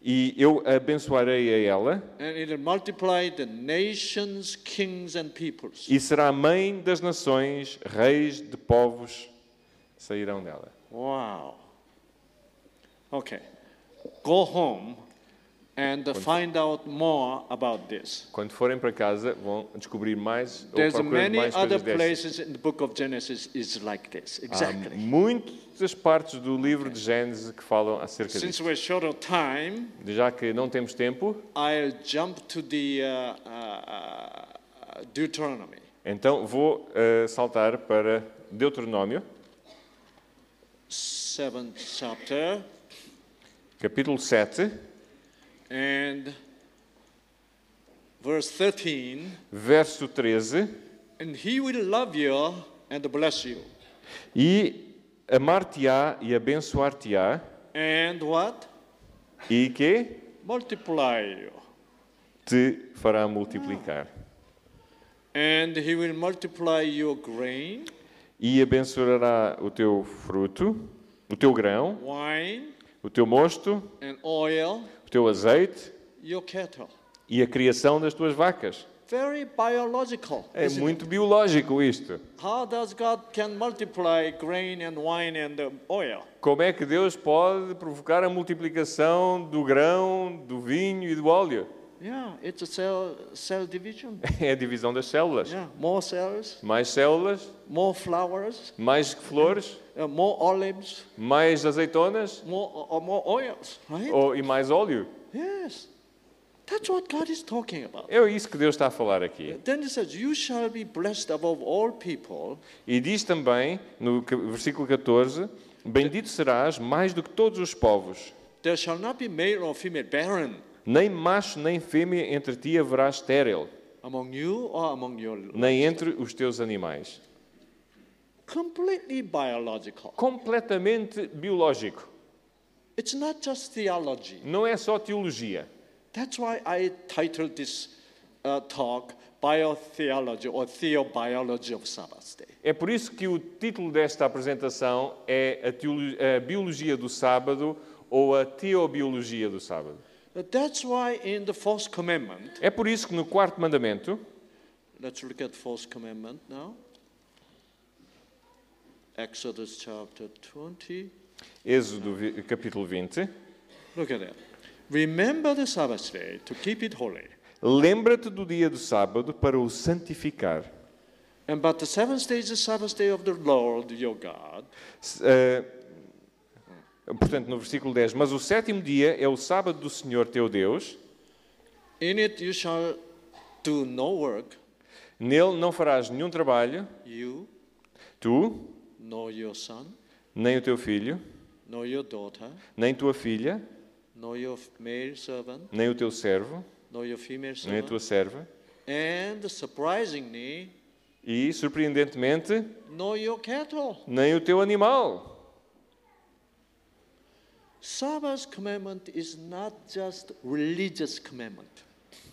[SPEAKER 3] E eu abençoarei a ela
[SPEAKER 2] and it will multiply the nations, kings, and peoples.
[SPEAKER 3] e será mãe das nações, reis de povos sairão dela.
[SPEAKER 2] Wow. Okay. Go home and find out more about this.
[SPEAKER 3] Quando forem para casa, vão descobrir mais ou
[SPEAKER 2] There's
[SPEAKER 3] procurar
[SPEAKER 2] many
[SPEAKER 3] mais
[SPEAKER 2] other
[SPEAKER 3] coisas destas.
[SPEAKER 2] places in the book of Genesis is like this.
[SPEAKER 3] Há
[SPEAKER 2] Exactly.
[SPEAKER 3] muitas partes do livro de Gênesis que falam acerca
[SPEAKER 2] Since
[SPEAKER 3] disso.
[SPEAKER 2] we're short of time,
[SPEAKER 3] Já que não temos tempo,
[SPEAKER 2] I'll jump to the uh, uh, uh, Deuteronomy.
[SPEAKER 3] Então vou eh, saltar para Deuteronômio,
[SPEAKER 2] seventh chapter
[SPEAKER 3] capítulo 7,
[SPEAKER 2] and verse 13
[SPEAKER 3] verso 13.
[SPEAKER 2] and he will love you and bless you
[SPEAKER 3] E amar-te-á e abençoar-te-á,
[SPEAKER 2] and what
[SPEAKER 3] e que
[SPEAKER 2] multiply you
[SPEAKER 3] te fará multiplicar.
[SPEAKER 2] And he will multiply your grain,
[SPEAKER 3] E abençoará o teu fruto, o teu grão,
[SPEAKER 2] wine,
[SPEAKER 3] o teu mosto,
[SPEAKER 2] and oil,
[SPEAKER 3] o teu azeite
[SPEAKER 2] your cattle.
[SPEAKER 3] e a criação das tuas vacas.
[SPEAKER 2] Very biological.
[SPEAKER 3] É
[SPEAKER 2] isn't it?
[SPEAKER 3] muito biológico isto.
[SPEAKER 2] How does God can multiply grain and wine and um, oil?
[SPEAKER 3] Como é que Deus pode provocar a multiplicação do grão, do vinho e do óleo?
[SPEAKER 2] Yeah, it's a cell cell division.
[SPEAKER 3] É a divisão das células.
[SPEAKER 2] Yeah, more cells,
[SPEAKER 3] Mais células,
[SPEAKER 2] more flowers,
[SPEAKER 3] mais flores,
[SPEAKER 2] uh, more olives,
[SPEAKER 3] mais azeitonas
[SPEAKER 2] more or more oils, right?
[SPEAKER 3] ou, e mais óleo.
[SPEAKER 2] Yes, that's what God is talking about.
[SPEAKER 3] É isso que Deus está a falar aqui.
[SPEAKER 2] Then he says, "You shall be blessed above all people."
[SPEAKER 3] E diz também, no ca- versículo 14: Bendito serás mais do que todos os povos,
[SPEAKER 2] There shall not be male or female barren
[SPEAKER 3] nem macho nem fêmea entre ti haverá estéril,
[SPEAKER 2] among you or among your
[SPEAKER 3] nem entre os teus animais.
[SPEAKER 2] completely biological.
[SPEAKER 3] Completamente biológico.
[SPEAKER 2] It's not just theology.
[SPEAKER 3] Não é só teologia.
[SPEAKER 2] That's why I titled this uh, talk Biotheology or Theobiology of Sabbath Day.
[SPEAKER 3] É por isso que o título desta apresentação é a, teolo- a Biologia do Sábado ou a Teobiologia do Sábado.
[SPEAKER 2] That's why in the fourth commandment,
[SPEAKER 3] É por isso que no quarto mandamento,
[SPEAKER 2] let's look at fourth commandment now. Exodus chapter 20.
[SPEAKER 3] Êxodo vi- capítulo 20,
[SPEAKER 2] Look at that. Remember the Sabbath day to keep it holy.
[SPEAKER 3] lembra-te do dia do sábado para o santificar.
[SPEAKER 2] And but the seventh day is the Sabbath day of the Lord your God.
[SPEAKER 3] S- ah, portanto, no versículo 10, mas o sétimo dia é o sábado do Senhor teu Deus,
[SPEAKER 2] In it you shall do no work,
[SPEAKER 3] nele não farás nenhum trabalho,
[SPEAKER 2] you,
[SPEAKER 3] tu,
[SPEAKER 2] nor your son,
[SPEAKER 3] nem o teu filho,
[SPEAKER 2] nor your daughter,
[SPEAKER 3] nem tua filha,
[SPEAKER 2] nor your male servant,
[SPEAKER 3] nem o teu servo,
[SPEAKER 2] nor your female
[SPEAKER 3] nem a
[SPEAKER 2] servant,
[SPEAKER 3] tua serva,
[SPEAKER 2] and surprisingly,
[SPEAKER 3] e, surpreendentemente,
[SPEAKER 2] nor your cattle.
[SPEAKER 3] nem o teu animal.
[SPEAKER 2] Sabbath commandment is not just religious commandment.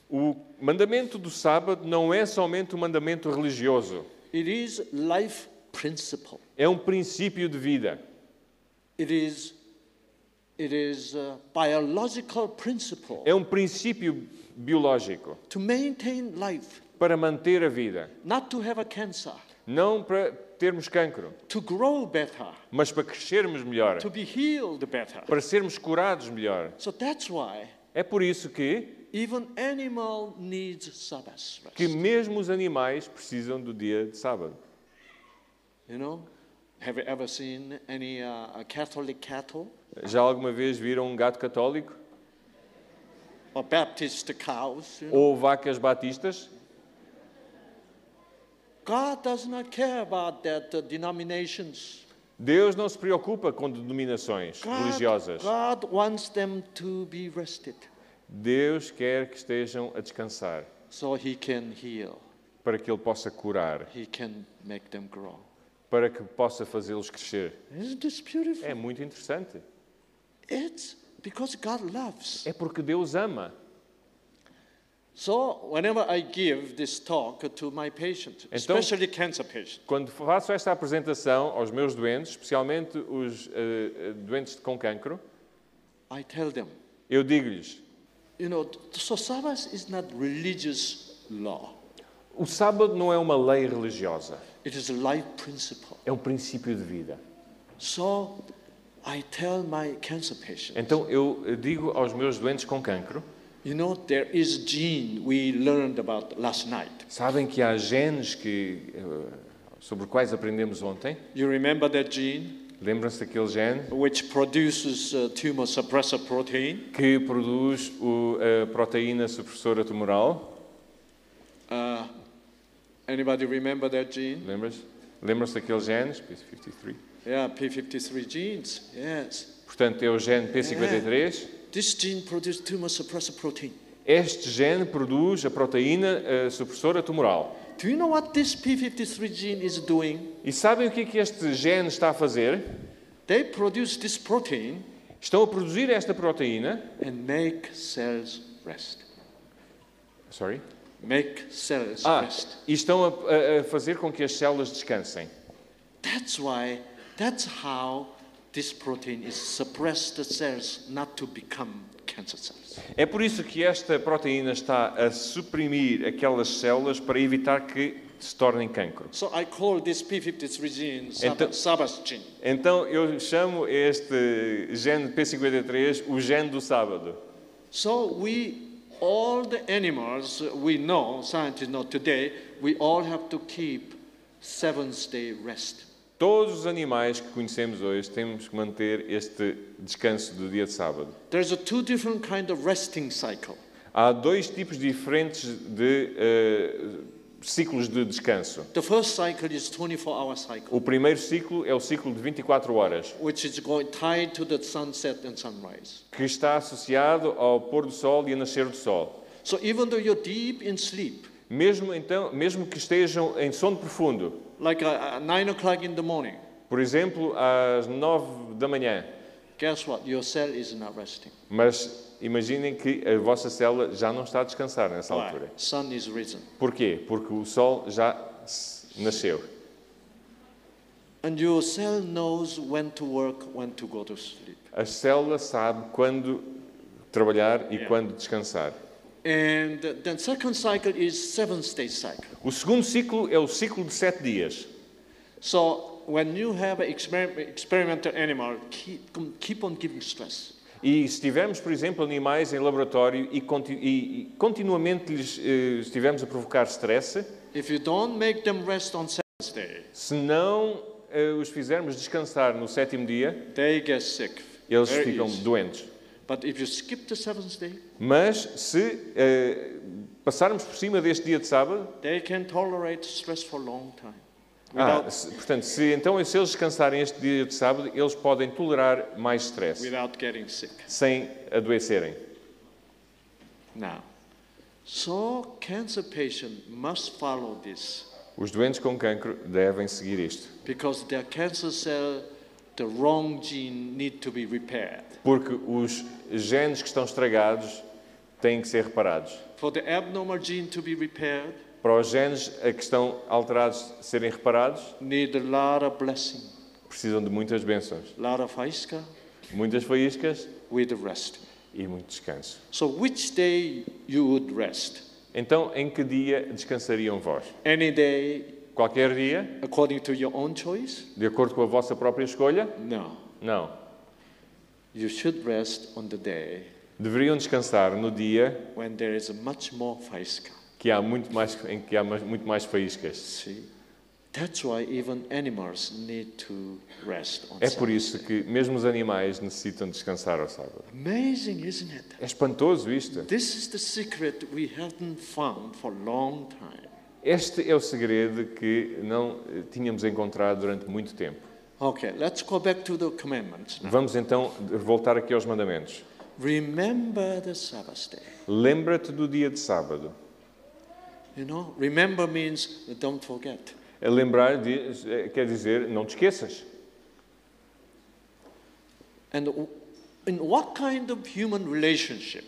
[SPEAKER 3] O mandamento do sábado não é somente um mandamento religioso,
[SPEAKER 2] It is life principle.
[SPEAKER 3] é um princípio de vida,
[SPEAKER 2] It is, it is a biological principle
[SPEAKER 3] é um princípio biológico
[SPEAKER 2] to maintain life,
[SPEAKER 3] para manter a vida,
[SPEAKER 2] not to have a cancer,
[SPEAKER 3] não para termos cancro,
[SPEAKER 2] to grow better,
[SPEAKER 3] mas para crescermos melhor,
[SPEAKER 2] to be healed better.
[SPEAKER 3] para sermos curados melhor.
[SPEAKER 2] So that's why
[SPEAKER 3] É por isso que
[SPEAKER 2] even animal needs Sabbath rest.
[SPEAKER 3] que mesmo os animais precisam do dia de sábado.
[SPEAKER 2] You know, have you ever seen any uh, uh, Catholic cattle
[SPEAKER 3] Já alguma vez viram um gato católico
[SPEAKER 2] or Baptist cows? You know?
[SPEAKER 3] ou vacas batistas?
[SPEAKER 2] God does not care about that uh, denominations.
[SPEAKER 3] Deus não se preocupa com denominações
[SPEAKER 2] God,
[SPEAKER 3] religiosas.
[SPEAKER 2] God wants them to be rested
[SPEAKER 3] Deus quer que estejam a descansar
[SPEAKER 2] so He can heal,
[SPEAKER 3] para que Ele possa curar,
[SPEAKER 2] He can make them grow.
[SPEAKER 3] para que possa fazê-los crescer.
[SPEAKER 2] Isn't this beautiful?
[SPEAKER 3] É muito interessante.
[SPEAKER 2] It's because God loves.
[SPEAKER 3] É porque Deus ama.
[SPEAKER 2] So whenever I give this talk to my patients,
[SPEAKER 3] Então-
[SPEAKER 2] especially cancer patients,
[SPEAKER 3] Quando faço esta apresentação aos meus doentes, especialmente os eh, eh, doentes com cancro,
[SPEAKER 2] I tell them,
[SPEAKER 3] eu digo-lhes:
[SPEAKER 2] you know, t- so Sabbath is not religious law.
[SPEAKER 3] o sábado não é uma lei religiosa,
[SPEAKER 2] It is a life principle.
[SPEAKER 3] é um princípio de vida.
[SPEAKER 2] So I tell my cancer patient,
[SPEAKER 3] Então eu eh, digo aos meus doentes com cancro:
[SPEAKER 2] you know, there is gene we learned about last night.
[SPEAKER 3] sabem que há genes que, eh, sobre os quais aprendemos ontem?
[SPEAKER 2] You remember that gene
[SPEAKER 3] Lembram-se daquele gene
[SPEAKER 2] which produces uh, tumor suppressor protein?
[SPEAKER 3] que produz o, a proteína supressora tumoral.
[SPEAKER 2] Uh, anybody remember that gene?
[SPEAKER 3] Lembras? Lembram-se daqueles genes? P53.
[SPEAKER 2] Yeah, P53 genes. Yes.
[SPEAKER 3] Portanto, é o gene P53.
[SPEAKER 2] This gene produces tumor suppressor protein.
[SPEAKER 3] Este gene produz a proteína eh, supressora tumoral.
[SPEAKER 2] Do you know what this P53 gene is doing?
[SPEAKER 3] E sabem o que é que este gene está a fazer?
[SPEAKER 2] They produce this protein
[SPEAKER 3] Estão a produzir esta proteína
[SPEAKER 2] and make cells rest.
[SPEAKER 3] Sorry?
[SPEAKER 2] make cells
[SPEAKER 3] Ah,
[SPEAKER 2] rest.
[SPEAKER 3] e estão a, a- a fazer com que as células descansem.
[SPEAKER 2] That's why, that's how this protein is suppress the cells not to become cancer cells.
[SPEAKER 3] É por isso que esta proteína está a suprimir aquelas células para evitar que se tornem cancro.
[SPEAKER 2] So I call this P53 gene
[SPEAKER 3] And the-
[SPEAKER 2] Sab- Sabas gene.
[SPEAKER 3] Então eu chamo este gene P53 o gene do sábado.
[SPEAKER 2] So we, all the animals we know, scientists know today, we all have to keep seventh day rest.
[SPEAKER 3] Todos os animais que conhecemos hoje temos que manter este descanso do dia de sábado.
[SPEAKER 2] There's a two different kind of resting cycle.
[SPEAKER 3] Há dois tipos diferentes de eh, ciclos de descanso.
[SPEAKER 2] The first cycle is 24-hour cycle,
[SPEAKER 3] O primeiro ciclo é o ciclo de 24 horas,
[SPEAKER 2] which is going tied to the sunset and sunrise.
[SPEAKER 3] que está associado ao pôr do sol e a nascer do sol.
[SPEAKER 2] So even though you're deep in sleep,
[SPEAKER 3] Mesmo então, mesmo que estejam em sono profundo,
[SPEAKER 2] like uh, uh, nine o'clock in the morning,
[SPEAKER 3] por exemplo, às 9 da manhã,
[SPEAKER 2] guess what? Your cell is not resting.
[SPEAKER 3] mas imaginem que a vossa célula já não está a descansar nessa altura.
[SPEAKER 2] Sun is risen,
[SPEAKER 3] Porquê? Porque o sol já s- nasceu.
[SPEAKER 2] and your cell knows when to work, when to go to sleep.
[SPEAKER 3] A célula sabe quando trabalhar e quando descansar.
[SPEAKER 2] And then second cycle is seven stage cycle.
[SPEAKER 3] O segundo ciclo é o ciclo de sete dias.
[SPEAKER 2] So when you have an exper- experimental animal, keep, keep on giving stress.
[SPEAKER 3] E se tivermos, por exemplo, animais em laboratório e, conti- e- e continuamente lhes eh, estivermos a provocar stress,
[SPEAKER 2] If you don't make them rest on seventh day,
[SPEAKER 3] se não eh, os fizermos descansar no sétimo dia,
[SPEAKER 2] they get sick.
[SPEAKER 3] eles
[SPEAKER 2] very
[SPEAKER 3] ficam
[SPEAKER 2] easy.
[SPEAKER 3] doentes.
[SPEAKER 2] But if you skip the seventh day,
[SPEAKER 3] Mas se eh, passarmos por cima deste dia de sábado,
[SPEAKER 2] they can tolerate stress for a long time.
[SPEAKER 3] ah,
[SPEAKER 2] Without,
[SPEAKER 3] se- portanto, se então se eles descansarem este dia de sábado, eles podem tolerar mais stress
[SPEAKER 2] without getting sick.
[SPEAKER 3] sem adoecerem.
[SPEAKER 2] Now, so cancer patient must follow this
[SPEAKER 3] Os doentes com cancro devem seguir isto,
[SPEAKER 2] because their cancer cell, the wrong gene need to be repaired.
[SPEAKER 3] porque os genes que estão estragados têm que ser reparados.
[SPEAKER 2] For the abnormal gene to be repaired,
[SPEAKER 3] Para os genes a que estão alterados serem reparados,
[SPEAKER 2] need a lot of blessing,
[SPEAKER 3] precisam de muitas bênçãos,
[SPEAKER 2] a lot of faísca
[SPEAKER 3] muitas faíscas
[SPEAKER 2] with rest.
[SPEAKER 3] e muito descanso.
[SPEAKER 2] So which day you would rest?
[SPEAKER 3] Então, em que dia descansariam vós?
[SPEAKER 2] Any day
[SPEAKER 3] Qualquer dia,
[SPEAKER 2] according to your own choice?
[SPEAKER 3] de acordo com a vossa própria escolha?
[SPEAKER 2] No.
[SPEAKER 3] Não.
[SPEAKER 2] You should rest on the day
[SPEAKER 3] Deveriam descansar no dia
[SPEAKER 2] when there is much more faísca.
[SPEAKER 3] que há muito mais, em que há mais- muito mais faíscas.
[SPEAKER 2] See? That's why even animals need to rest on
[SPEAKER 3] É por
[SPEAKER 2] Sabbath.
[SPEAKER 3] isso que mesmo os animais necessitam descansar ao sábado.
[SPEAKER 2] Amazing, isn't it?
[SPEAKER 3] É espantoso isto.
[SPEAKER 2] This is the secret we haven't found for a long time.
[SPEAKER 3] Este é o segredo que não eh, tínhamos encontrado durante muito tempo.
[SPEAKER 2] Okay, let's go back to the commandments. now.
[SPEAKER 3] Vamos então voltar aqui aos mandamentos.
[SPEAKER 2] Remember the Sabbath day.
[SPEAKER 3] Lembra-te do dia de sábado.
[SPEAKER 2] You know, remember means don't forget.
[SPEAKER 3] Eh, Lembrar diz- eh, quer dizer não te esqueças.
[SPEAKER 2] And w- in what kind of human relationship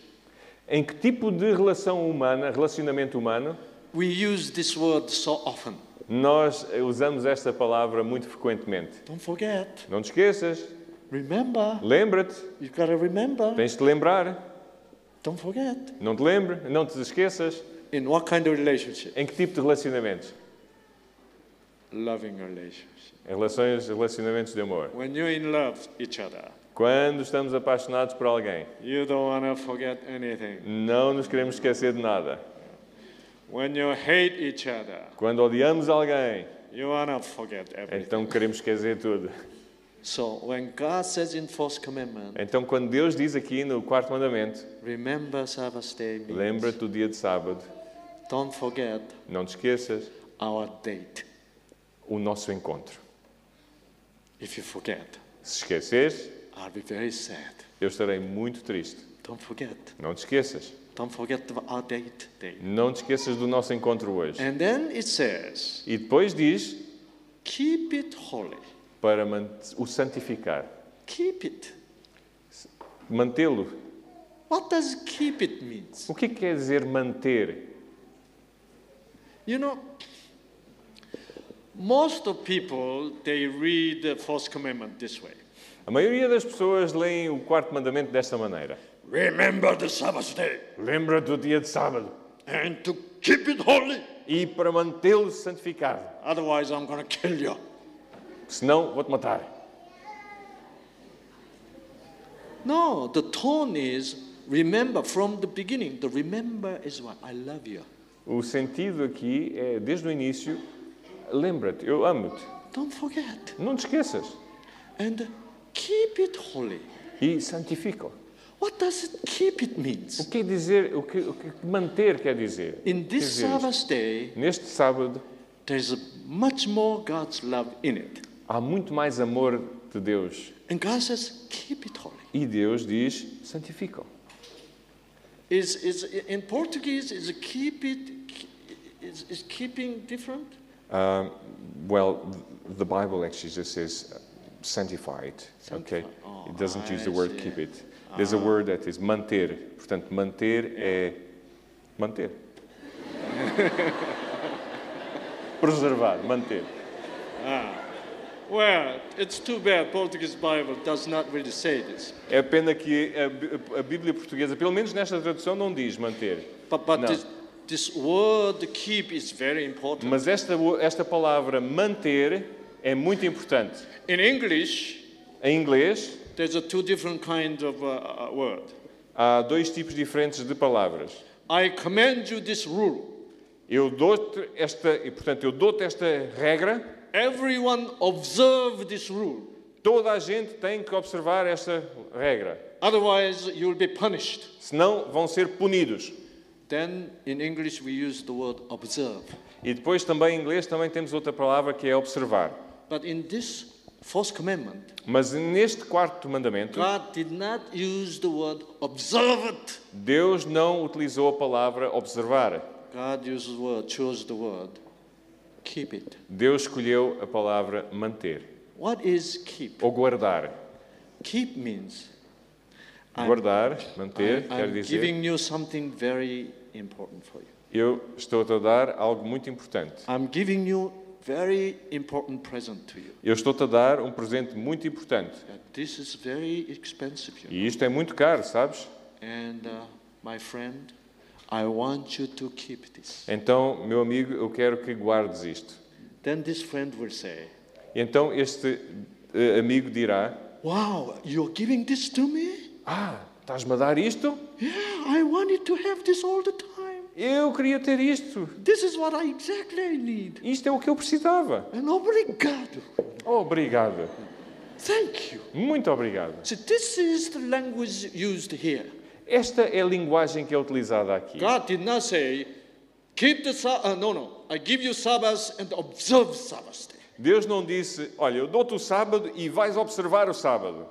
[SPEAKER 3] Em que tipo de relação humana, relacionamento humano,
[SPEAKER 2] we use this word so often?
[SPEAKER 3] nós eh, usamos esta palavra muito frequentemente?
[SPEAKER 2] Don't forget.
[SPEAKER 3] Não te esqueças,
[SPEAKER 2] Remember.
[SPEAKER 3] lembra-te,
[SPEAKER 2] You gotta remember.
[SPEAKER 3] tens de lembrar,
[SPEAKER 2] Don't forget.
[SPEAKER 3] não te lembre, não te esqueças.
[SPEAKER 2] In what kind of relationship?
[SPEAKER 3] Em que tipo de relacionamentos?
[SPEAKER 2] Loving relationship.
[SPEAKER 3] Em relações, relacionamentos de amor.
[SPEAKER 2] When you're in love with each other,
[SPEAKER 3] Quando estamos apaixonados por alguém,
[SPEAKER 2] you don't wanna forget anything.
[SPEAKER 3] não nos queremos esquecer de nada.
[SPEAKER 2] When you hate each other,
[SPEAKER 3] Quando odiamos alguém,
[SPEAKER 2] you wanna forget everything.
[SPEAKER 3] então queremos esquecer tudo.
[SPEAKER 2] So when God says in fourth commandment,
[SPEAKER 3] Então, quando Deus diz aqui no quarto mandamento,
[SPEAKER 2] remember Sabbath day means
[SPEAKER 3] lembra-te do dia de sábado,
[SPEAKER 2] don't forget
[SPEAKER 3] não te esqueças
[SPEAKER 2] our date.
[SPEAKER 3] o nosso encontro.
[SPEAKER 2] If you forget,
[SPEAKER 3] Se esqueceres,
[SPEAKER 2] I'll be very sad.
[SPEAKER 3] eu estarei muito triste.
[SPEAKER 2] Don't forget.
[SPEAKER 3] Não te esqueças.
[SPEAKER 2] Don't forget the- our date day.
[SPEAKER 3] Não te esqueças do nosso encontro hoje.
[SPEAKER 2] And then it says,
[SPEAKER 3] E depois diz
[SPEAKER 2] keep it holy.
[SPEAKER 3] para mant- o santificar,
[SPEAKER 2] Keep it.
[SPEAKER 3] mantê-lo.
[SPEAKER 2] What does keep it means?
[SPEAKER 3] O que é que quer dizer manter?
[SPEAKER 2] You know, most of people they read the first commandment this way.
[SPEAKER 3] A maioria das pessoas leem o quarto mandamento desta maneira.
[SPEAKER 2] Remember the Sabbath day
[SPEAKER 3] Lembra do dia de sábado
[SPEAKER 2] and to keep it holy.
[SPEAKER 3] e para mantê-lo santificado,
[SPEAKER 2] Otherwise, I'm gonna kill you.
[SPEAKER 3] senão vou-te matar.
[SPEAKER 2] No, the tone is remember from the beginning. The remember is what I love you.
[SPEAKER 3] O sentido aqui é, desde o início, lembra-te, eu amo-te,
[SPEAKER 2] Don't forget
[SPEAKER 3] não te esqueças
[SPEAKER 2] and keep it holy.
[SPEAKER 3] e santifica-o.
[SPEAKER 2] What does it keep it
[SPEAKER 3] O
[SPEAKER 2] means?
[SPEAKER 3] que é dizer, o que, o que manter quer dizer?
[SPEAKER 2] In
[SPEAKER 3] Quer
[SPEAKER 2] this
[SPEAKER 3] dizer isto.
[SPEAKER 2] Sabbath day,
[SPEAKER 3] Neste sábado
[SPEAKER 2] there's much more God's love in it.
[SPEAKER 3] há muito mais amor de Deus
[SPEAKER 2] And God says, keep it holy.
[SPEAKER 3] e Deus diz santifica-o.
[SPEAKER 2] Is, is, in Portuguese, is keep it, is, is keeping different?
[SPEAKER 3] Um, well, th- the Bible actually just says uh, sanctify it. Okay,
[SPEAKER 2] Sanctify. Oh,
[SPEAKER 3] it doesn't use the
[SPEAKER 2] I
[SPEAKER 3] word
[SPEAKER 2] see.
[SPEAKER 3] keep it. There's a word that is manter. Portanto, manter é manter. Preservar, manter.
[SPEAKER 2] Well, it's too bad Portuguese Bible does not really say this.
[SPEAKER 3] É pena que a, Bí- a Bíblia portuguesa, pelo menos nesta tradução, não diz manter.
[SPEAKER 2] But, but
[SPEAKER 3] No.
[SPEAKER 2] this, this word keep is very important.
[SPEAKER 3] Mas esta, wo- esta palavra manter é muito importante.
[SPEAKER 2] In English,
[SPEAKER 3] Em inglês,
[SPEAKER 2] there's a two different kind of uh, uh, word.
[SPEAKER 3] há dois tipos diferentes de palavras.
[SPEAKER 2] I command you this rule.
[SPEAKER 3] Eu dou-te esta, e portanto, eu dou-te esta regra.
[SPEAKER 2] Everyone observe this rule.
[SPEAKER 3] Toda a gente tem que observar esta regra,
[SPEAKER 2] Otherwise, you'll be punished.
[SPEAKER 3] senão vão ser punidos.
[SPEAKER 2] Then in English, we use the word observe.
[SPEAKER 3] E depois também em inglês também temos outra palavra que é observar.
[SPEAKER 2] But in this first commandment,
[SPEAKER 3] Mas neste quarto mandamento,
[SPEAKER 2] God did not use the word observe it.
[SPEAKER 3] Deus não utilizou a palavra observar.
[SPEAKER 2] God uses the word, chose the word, keep it.
[SPEAKER 3] Deus escolheu a palavra manter
[SPEAKER 2] What is keep?
[SPEAKER 3] ou guardar.
[SPEAKER 2] Keep means I'm-
[SPEAKER 3] Guardar, manter,
[SPEAKER 2] I-
[SPEAKER 3] quer
[SPEAKER 2] I'm
[SPEAKER 3] dizer,
[SPEAKER 2] giving you something very important for you.
[SPEAKER 3] eu estou-te a dar algo muito importante.
[SPEAKER 2] I'm giving you very important present to you.
[SPEAKER 3] Eu estou-te a dar um presente muito importante.
[SPEAKER 2] That This is very expensive. You know.
[SPEAKER 3] E isto é muito caro, sabes?
[SPEAKER 2] And uh, my friend, I want you to keep this.
[SPEAKER 3] Então, meu amigo, eu quero que guardes isto.
[SPEAKER 2] Then this friend will say,
[SPEAKER 3] E Então, este eh, amigo dirá:
[SPEAKER 2] Wow, you're giving this to me?
[SPEAKER 3] Ah, estás-me a dar isto?
[SPEAKER 2] Yeah, I wanted to have this all the time.
[SPEAKER 3] Eu queria ter isto.
[SPEAKER 2] This is what I exactly I need.
[SPEAKER 3] Isto é o que eu precisava.
[SPEAKER 2] And oh obrigado.
[SPEAKER 3] Obrigado.
[SPEAKER 2] Thank you.
[SPEAKER 3] Muito obrigado.
[SPEAKER 2] So this is the language used here.
[SPEAKER 3] Esta é a linguagem que é utilizada aqui.
[SPEAKER 2] God did not say, keep the Sabbath. no, no. I give you Sabbath and observe Sabbath day.
[SPEAKER 3] Deus não disse: Olha, eu dou-te o sábado e vais observar o sábado.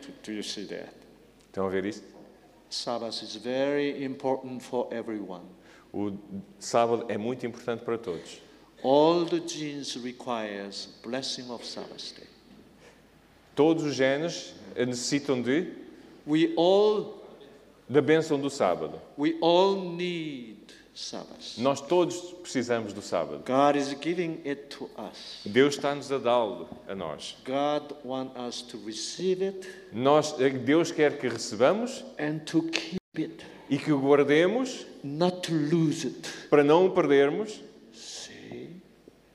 [SPEAKER 2] Do- Do you see that?
[SPEAKER 3] Estão a ver isto?
[SPEAKER 2] Sabbath is very important for everyone.
[SPEAKER 3] O sábado é muito importante para todos.
[SPEAKER 2] All the genes requires blessing of Sabbath day.
[SPEAKER 3] Todos os genes eh, necessitam de
[SPEAKER 2] We all
[SPEAKER 3] da bênção do sábado.
[SPEAKER 2] we all need Sabbath.
[SPEAKER 3] Nós todos precisamos do sábado.
[SPEAKER 2] God is giving it to us.
[SPEAKER 3] Deus está-nos a dá-lo a nós.
[SPEAKER 2] God wants us to receive it
[SPEAKER 3] nós. Deus quer que recebamos
[SPEAKER 2] and to keep it,
[SPEAKER 3] e que o guardemos
[SPEAKER 2] not to lose it.
[SPEAKER 3] para não o perdermos.
[SPEAKER 2] See?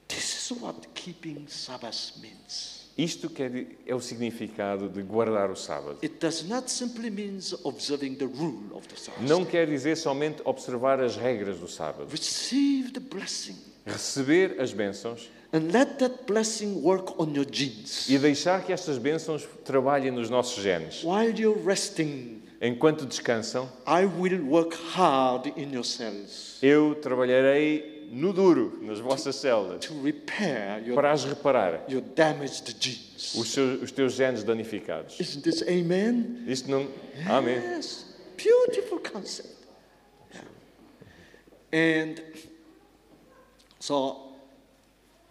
[SPEAKER 2] This is what keeping Sabbath means.
[SPEAKER 3] Isto quer di- é o significado de guardar o sábado.
[SPEAKER 2] It does not simply mean observing the rule of the Sabbath.
[SPEAKER 3] Não quer dizer somente observar as regras do sábado.
[SPEAKER 2] Receive the blessing
[SPEAKER 3] Receber as bênçãos
[SPEAKER 2] and let that blessing work on your genes.
[SPEAKER 3] e deixar que estas bênçãos trabalhem nos nossos genes.
[SPEAKER 2] While you're resting,
[SPEAKER 3] Enquanto descansam,
[SPEAKER 2] I will work hard in your cells
[SPEAKER 3] eu trabalharei no duro, nas vossas células,
[SPEAKER 2] to repair your,
[SPEAKER 3] para as reparar,
[SPEAKER 2] your damaged genes.
[SPEAKER 3] os, seus, os teus genes danificados.
[SPEAKER 2] Isn't this amen?
[SPEAKER 3] Isto não. Amém.
[SPEAKER 2] Yes, beautiful concept. Yeah. And so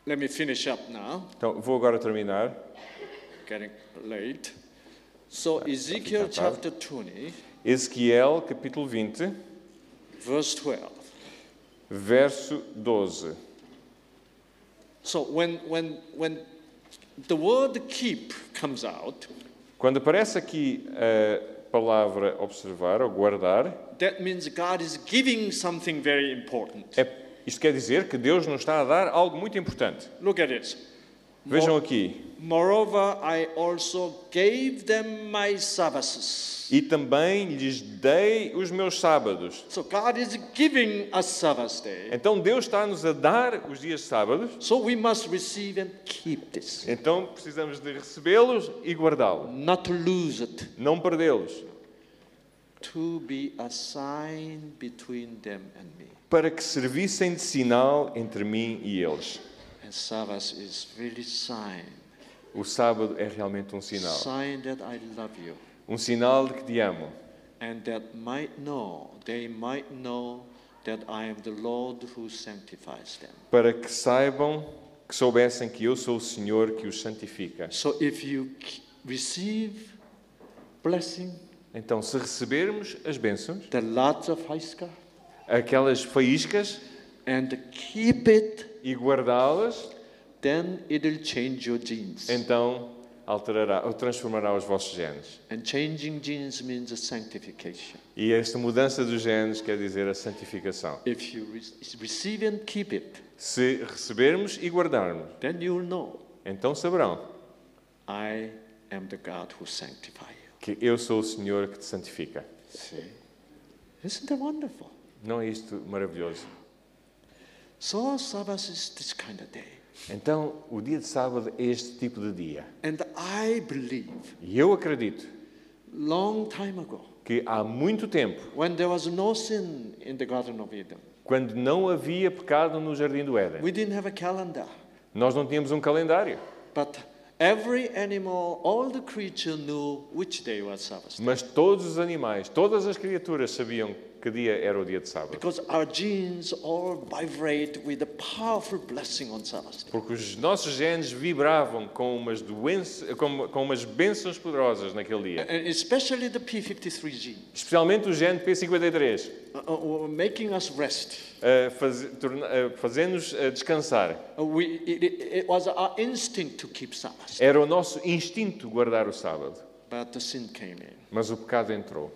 [SPEAKER 2] let me finish up now,
[SPEAKER 3] Então, vou agora terminar.
[SPEAKER 2] getting late. So Ezekiel chapter 20,
[SPEAKER 3] Ezequiel, capítulo 20,
[SPEAKER 2] verse 12.
[SPEAKER 3] verso 12.
[SPEAKER 2] So when, when, when the word keep comes out,
[SPEAKER 3] Quando aparece aqui a palavra observar ou guardar,
[SPEAKER 2] that means God is giving something very important.
[SPEAKER 3] é, isto quer dizer que Deus nos está a dar algo muito importante.
[SPEAKER 2] Look at it.
[SPEAKER 3] Vejam aqui.
[SPEAKER 2] Moreover, I also gave them my Sabbaths.
[SPEAKER 3] E também lhes dei os meus sábados.
[SPEAKER 2] So God is giving us Sabbath day.
[SPEAKER 3] Então Deus está-nos a dar os dias sábados,
[SPEAKER 2] So we must receive and keep this,
[SPEAKER 3] então precisamos de recebê-los e guardá-los.
[SPEAKER 2] not to lose it,
[SPEAKER 3] Não perdê-los.
[SPEAKER 2] to be a sign between them and me.
[SPEAKER 3] Para que servissem de sinal entre mim e eles.
[SPEAKER 2] And Sabbath is really sign,
[SPEAKER 3] O sábado é realmente um sinal.
[SPEAKER 2] sign that I love you,
[SPEAKER 3] Um sinal de que te amo.
[SPEAKER 2] and that might know, they might know that I am the Lord who sanctifies them.
[SPEAKER 3] Para que saibam, que soubessem que eu sou o Senhor que os santifica.
[SPEAKER 2] So if you k- receive blessing,
[SPEAKER 3] Então, se recebermos as bênçãos,
[SPEAKER 2] the lots of Haiska,
[SPEAKER 3] aquelas faíscas,
[SPEAKER 2] and keep it,
[SPEAKER 3] e guardá-las,
[SPEAKER 2] then it'll change your genes.
[SPEAKER 3] então alterará ou transformará os vossos genes.
[SPEAKER 2] And changing genes means sanctification.
[SPEAKER 3] E esta mudança dos genes quer dizer a santificação.
[SPEAKER 2] If you re- receive and keep it,
[SPEAKER 3] Se recebermos e guardarmos,
[SPEAKER 2] then you will know
[SPEAKER 3] então saberão
[SPEAKER 2] I am the God who sanctify you.
[SPEAKER 3] que eu sou o Senhor que te santifica.
[SPEAKER 2] See? Isn't that wonderful?
[SPEAKER 3] Não é isto maravilhoso?
[SPEAKER 2] So Sabbath is this kind of day.
[SPEAKER 3] Então, o dia de sábado é este tipo de dia.
[SPEAKER 2] And I believe
[SPEAKER 3] E eu acredito
[SPEAKER 2] long time ago,
[SPEAKER 3] que há muito tempo,
[SPEAKER 2] when there was no sin in the Garden of Eden,
[SPEAKER 3] quando não havia pecado no Jardim do Éden,
[SPEAKER 2] we didn't have a calendar.
[SPEAKER 3] nós não tínhamos um calendário,
[SPEAKER 2] But every animal, all the creature knew which day was Sabbath.
[SPEAKER 3] mas todos os animais, todas as criaturas sabiam que dia era o dia de sábado.
[SPEAKER 2] Because our genes all vibrate with a powerful blessing on Sabbath. day.
[SPEAKER 3] Porque os nossos genes vibravam com umas doenças, com, com umas bênçãos poderosas naquele dia.
[SPEAKER 2] And especially the P53 gene,
[SPEAKER 3] Especialmente o gene P53,
[SPEAKER 2] uh, uh, uh, making us rest.
[SPEAKER 3] eh, faz- torna- eh, fazendo-nos eh, descansar.
[SPEAKER 2] Uh, we, it, it it was our instinct to keep Sabbath.
[SPEAKER 3] Era o nosso instinto guardar o sábado,
[SPEAKER 2] But the sin came in,
[SPEAKER 3] mas o pecado entrou.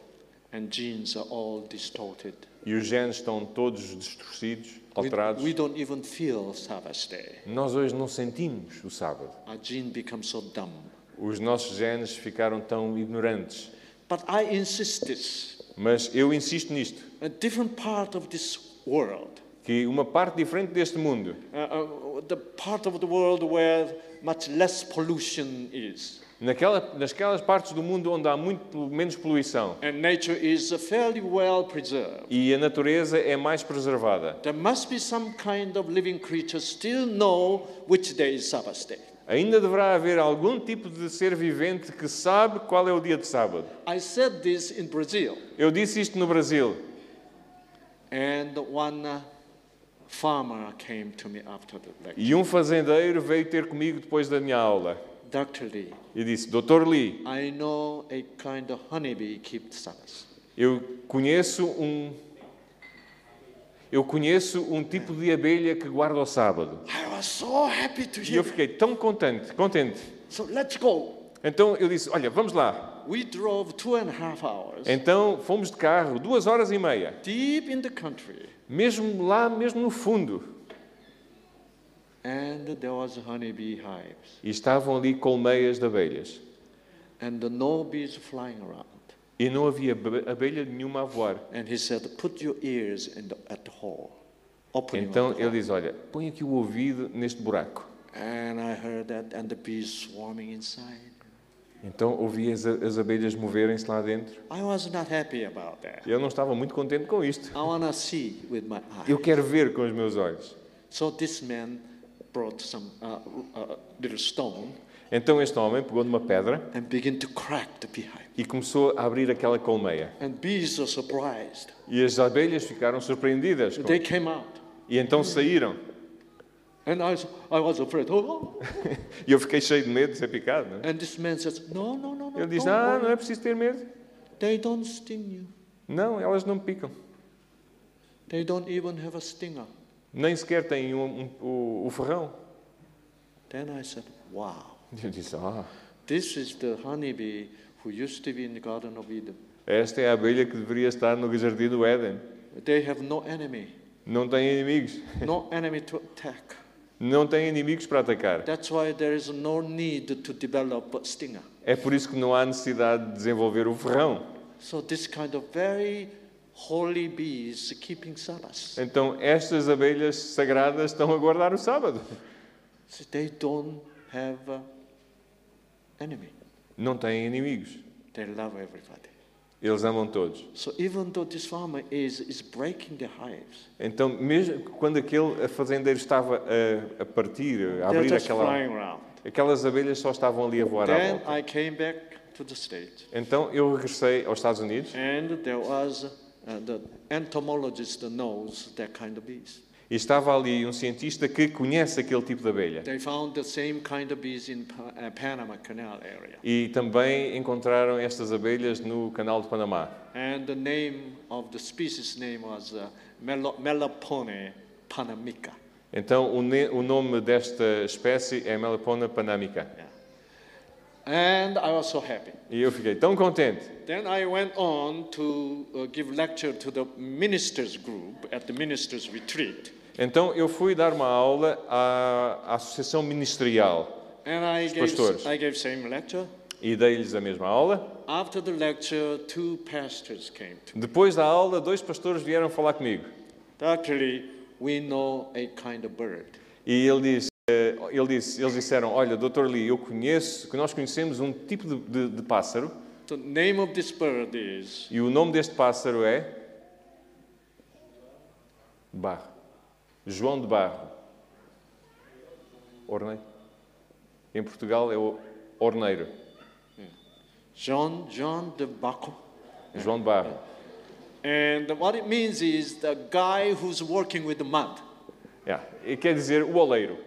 [SPEAKER 2] and genes are all distorted.
[SPEAKER 3] E os genes estão todos distorcidos,
[SPEAKER 2] We,
[SPEAKER 3] alterados.
[SPEAKER 2] we don't even feel Sabbath day.
[SPEAKER 3] Nós hoje não sentimos o sábado.
[SPEAKER 2] Our gene becomes so dumb.
[SPEAKER 3] Os nossos genes ficaram tão ignorantes.
[SPEAKER 2] But I insist this
[SPEAKER 3] Mas eu insisto nisto,
[SPEAKER 2] a different part of this world
[SPEAKER 3] que uma parte diferente deste mundo
[SPEAKER 2] uh, uh, the part of the world where much less pollution is.
[SPEAKER 3] Naquela, naquelas partes do mundo onde há muito menos poluição
[SPEAKER 2] And nature is fairly well preserved.
[SPEAKER 3] e a natureza é mais preservada,
[SPEAKER 2] There must be some kind of living creature still know which day is Sabbath day.
[SPEAKER 3] ainda deverá haver algum tipo de ser vivente que sabe qual é o dia de sábado.
[SPEAKER 2] I said this in Brazil,
[SPEAKER 3] Eu disse isto no Brasil
[SPEAKER 2] and one uh, farmer came to me after the lecture.
[SPEAKER 3] e um fazendeiro veio ter comigo depois da minha aula
[SPEAKER 2] Dr. Lee,
[SPEAKER 3] e disse: Doutor Lee,
[SPEAKER 2] I know a kind of honeybee keeps Sabbath.
[SPEAKER 3] eu conheço um. Eu conheço um tipo de abelha que guarda o sábado.
[SPEAKER 2] I was so happy to
[SPEAKER 3] E
[SPEAKER 2] hear.
[SPEAKER 3] eu fiquei tão contente, contente.
[SPEAKER 2] So let's go.
[SPEAKER 3] Então eu disse: Olha, vamos lá.
[SPEAKER 2] We drove two and a half hours
[SPEAKER 3] Então fomos de carro, duas horas e meia.
[SPEAKER 2] deep in the country.
[SPEAKER 3] mesmo lá, mesmo no fundo.
[SPEAKER 2] And there was honeybee hives,
[SPEAKER 3] E estavam ali colmeias de abelhas.
[SPEAKER 2] and the no bees flying around.
[SPEAKER 3] E não havia abe- abelha nenhuma a voar.
[SPEAKER 2] And he said, "Put your ears in the, at the hole, open it."
[SPEAKER 3] Então ele diz: Olha, põe aqui o ouvido neste buraco.
[SPEAKER 2] And I heard that, and the bees swarming inside.
[SPEAKER 3] Então ouvi as, a- as abelhas moverem-se lá dentro.
[SPEAKER 2] I was not happy about that.
[SPEAKER 3] Eu não estava muito contente com isto.
[SPEAKER 2] I wanna see with my
[SPEAKER 3] Eu
[SPEAKER 2] eyes.
[SPEAKER 3] quero ver com os meus olhos.
[SPEAKER 2] So this man brought some uh, uh, little stone
[SPEAKER 3] Então este homem pegou numa pedra
[SPEAKER 2] and began to crack the beehive.
[SPEAKER 3] e começou a abrir aquela colmeia.
[SPEAKER 2] And bees are surprised.
[SPEAKER 3] E as abelhas ficaram surpreendidas. com-
[SPEAKER 2] They came out,
[SPEAKER 3] E então saíram.
[SPEAKER 2] and I was, I was afraid. Oh, oh.
[SPEAKER 3] E eu fiquei cheio de medo de ser picado. Não é?
[SPEAKER 2] and this man says, "No, no, no, no."
[SPEAKER 3] Ele diz:
[SPEAKER 2] don't
[SPEAKER 3] Ah,
[SPEAKER 2] worry.
[SPEAKER 3] não é preciso ter medo.
[SPEAKER 2] They don't sting you.
[SPEAKER 3] Não, elas não me picam.
[SPEAKER 2] They don't even have a stinger.
[SPEAKER 3] nem sequer têm um- um- o, o ferrão.
[SPEAKER 2] Then I said, wow,
[SPEAKER 3] Eu disse, ah,
[SPEAKER 2] this is the honeybee who used to be in the Garden of Eden.
[SPEAKER 3] esta é a abelha que deveria estar no jardim do Éden.
[SPEAKER 2] They have no enemy,
[SPEAKER 3] Não tem inimigos.
[SPEAKER 2] no enemy to attack.
[SPEAKER 3] Não tem inimigos para atacar.
[SPEAKER 2] That's why there is no need to develop a stinger.
[SPEAKER 3] É por isso que não há necessidade de desenvolver o ferrão.
[SPEAKER 2] So this kind of very holy bees keeping Sabbath.
[SPEAKER 3] Então, estas abelhas sagradas estão a guardar o sábado.
[SPEAKER 2] So they don't have a enemy.
[SPEAKER 3] Não têm inimigos.
[SPEAKER 2] They love everybody.
[SPEAKER 3] Eles amam todos.
[SPEAKER 2] So even though this farmer is, is breaking the hives,
[SPEAKER 3] Então, mesmo quando aquele fazendeiro estava a, a partir, a
[SPEAKER 2] they're
[SPEAKER 3] abrir
[SPEAKER 2] just
[SPEAKER 3] aquela,
[SPEAKER 2] flying around.
[SPEAKER 3] aquelas abelhas só estavam ali a voar à
[SPEAKER 2] Then
[SPEAKER 3] volta.
[SPEAKER 2] I came back to the States.
[SPEAKER 3] Então, eu regressei aos Estados Unidos
[SPEAKER 2] And there was uh, the entomologist knows that kind of bees.
[SPEAKER 3] e estava ali um cientista que conhece aquele tipo de abelha.
[SPEAKER 2] They found the same kind of bees in Pa- uh, Panama Canal area.
[SPEAKER 3] E também encontraram estas abelhas no canal de Panamá.
[SPEAKER 2] And the name of the species name was uh, Melo- Melopone panamica.
[SPEAKER 3] Então, o, ne- o nome desta espécie é Melipona panamica.
[SPEAKER 2] Yeah. And I was so happy.
[SPEAKER 3] E eu fiquei tão contente.
[SPEAKER 2] Then I went on to uh, give lecture to the ministers group at the ministers retreat.
[SPEAKER 3] Então, eu fui dar uma aula à, à Associação Ministerial
[SPEAKER 2] And I
[SPEAKER 3] pastores.
[SPEAKER 2] gave, I gave same lecture.
[SPEAKER 3] e dei-lhes a mesma aula.
[SPEAKER 2] After the lecture, two pastors came to
[SPEAKER 3] Depois da aula, dois pastores vieram falar comigo.
[SPEAKER 2] Actually, we know a kind of bird.
[SPEAKER 3] E ele disse, eh, ele disse, eles disseram, olha, doutor Lee, eu conheço, que nós conhecemos um tipo de, de- de pássaro
[SPEAKER 2] The name of this bird is
[SPEAKER 3] e o nome deste pássaro é... Barro. João de Barro. Orneiro. Em Portugal é o orneiro.
[SPEAKER 2] John John de Baco.
[SPEAKER 3] João de Barro.
[SPEAKER 2] And what it means is the guy who's working with the mud,
[SPEAKER 3] Yeah. E quer dizer o oleiro.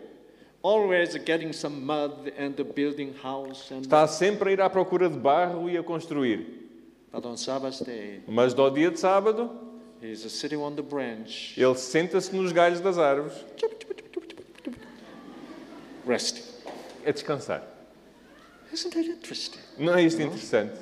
[SPEAKER 2] always getting some mud and the building house. And
[SPEAKER 3] Está sempre a ir à procura de barro e a construir.
[SPEAKER 2] but on Sabbath day,
[SPEAKER 3] Mas do dia de sábado,
[SPEAKER 2] he's sitting on the branch,
[SPEAKER 3] ele senta-se nos galhos das árvores
[SPEAKER 2] resting.
[SPEAKER 3] a descansar.
[SPEAKER 2] Isn't that interesting?
[SPEAKER 3] Não é isto interessante?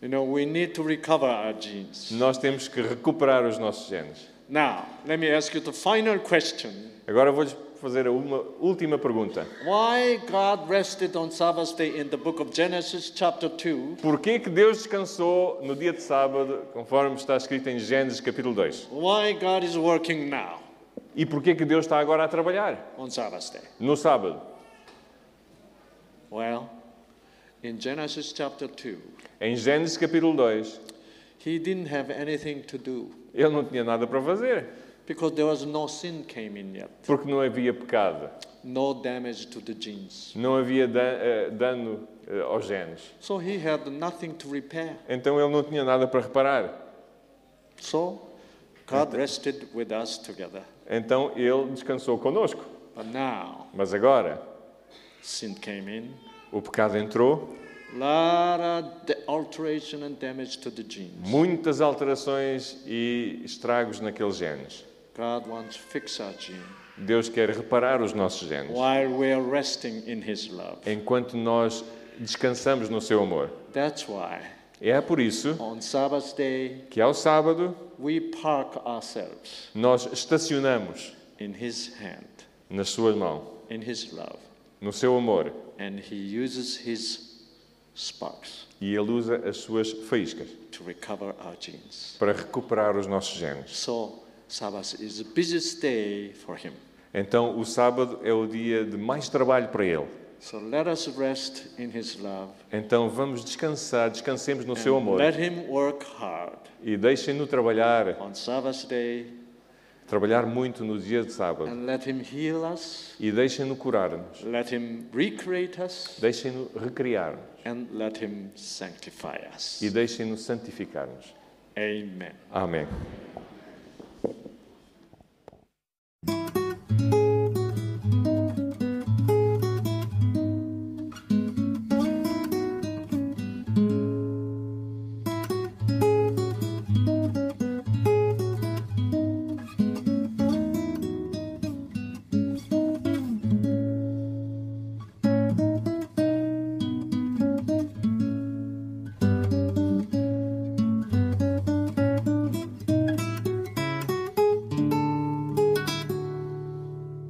[SPEAKER 2] You know, we need to recover our genes.
[SPEAKER 3] Nós temos que recuperar os nossos genes.
[SPEAKER 2] Now, let me ask you the final question.
[SPEAKER 3] Agora vou-lhes fazer uma última pergunta.
[SPEAKER 2] Why God rested on Sabbath day in the book of Genesis chapter 2
[SPEAKER 3] Porquê que Deus descansou no dia de sábado, conforme está escrito em Gênesis capítulo 2?
[SPEAKER 2] why God is working now
[SPEAKER 3] E porquê que Deus está agora a trabalhar
[SPEAKER 2] on Sabbath day.
[SPEAKER 3] no sábado?
[SPEAKER 2] Well, in Genesis chapter 2,
[SPEAKER 3] Em Gênesis capítulo 2,
[SPEAKER 2] he didn't have anything to do
[SPEAKER 3] ele não tinha nada para fazer,
[SPEAKER 2] because there was no sin came in yet,
[SPEAKER 3] porque não havia pecado.
[SPEAKER 2] no damage to the genes.
[SPEAKER 3] Não havia da- eh, dano eh, aos genes.
[SPEAKER 2] So he had nothing to repair.
[SPEAKER 3] Então ele não tinha nada para reparar.
[SPEAKER 2] So God rested with us together.
[SPEAKER 3] Então ele descansou conosco.
[SPEAKER 2] But now
[SPEAKER 3] Mas agora,
[SPEAKER 2] sin came in,
[SPEAKER 3] o pecado entrou,
[SPEAKER 2] lot of de- alteration and damage to the genes.
[SPEAKER 3] muitas alterações e estragos naqueles genes.
[SPEAKER 2] God wants to fix our gene
[SPEAKER 3] Deus quer reparar os nossos genes
[SPEAKER 2] while we are resting in his love.
[SPEAKER 3] enquanto nós descansamos no seu amor.
[SPEAKER 2] That's why
[SPEAKER 3] É por isso
[SPEAKER 2] on Sabbath day
[SPEAKER 3] que ao sábado
[SPEAKER 2] we park ourselves
[SPEAKER 3] nós estacionamos
[SPEAKER 2] in His hand,
[SPEAKER 3] na sua mão,
[SPEAKER 2] in His love,
[SPEAKER 3] no seu amor,
[SPEAKER 2] and He uses His sparks
[SPEAKER 3] e ele usa as suas faíscas
[SPEAKER 2] to recover our genes.
[SPEAKER 3] para recuperar os nossos genes.
[SPEAKER 2] So Sabbath is the busiest day for Him.
[SPEAKER 3] Então o sábado é o dia de mais trabalho para ele.
[SPEAKER 2] So let us rest in His love.
[SPEAKER 3] Então vamos descansar, descansemos no seu
[SPEAKER 2] and
[SPEAKER 3] amor
[SPEAKER 2] Let Him work hard
[SPEAKER 3] e deixem-no trabalhar,
[SPEAKER 2] on Sabbath day,
[SPEAKER 3] trabalhar muito no dia de sábado
[SPEAKER 2] and let Him heal us.
[SPEAKER 3] e deixem-no curar-nos,
[SPEAKER 2] Let him recreate us
[SPEAKER 3] deixem-no recriar-nos
[SPEAKER 2] and let him sanctify us.
[SPEAKER 3] e deixem-no santificar-nos.
[SPEAKER 2] Amen.
[SPEAKER 3] Amém.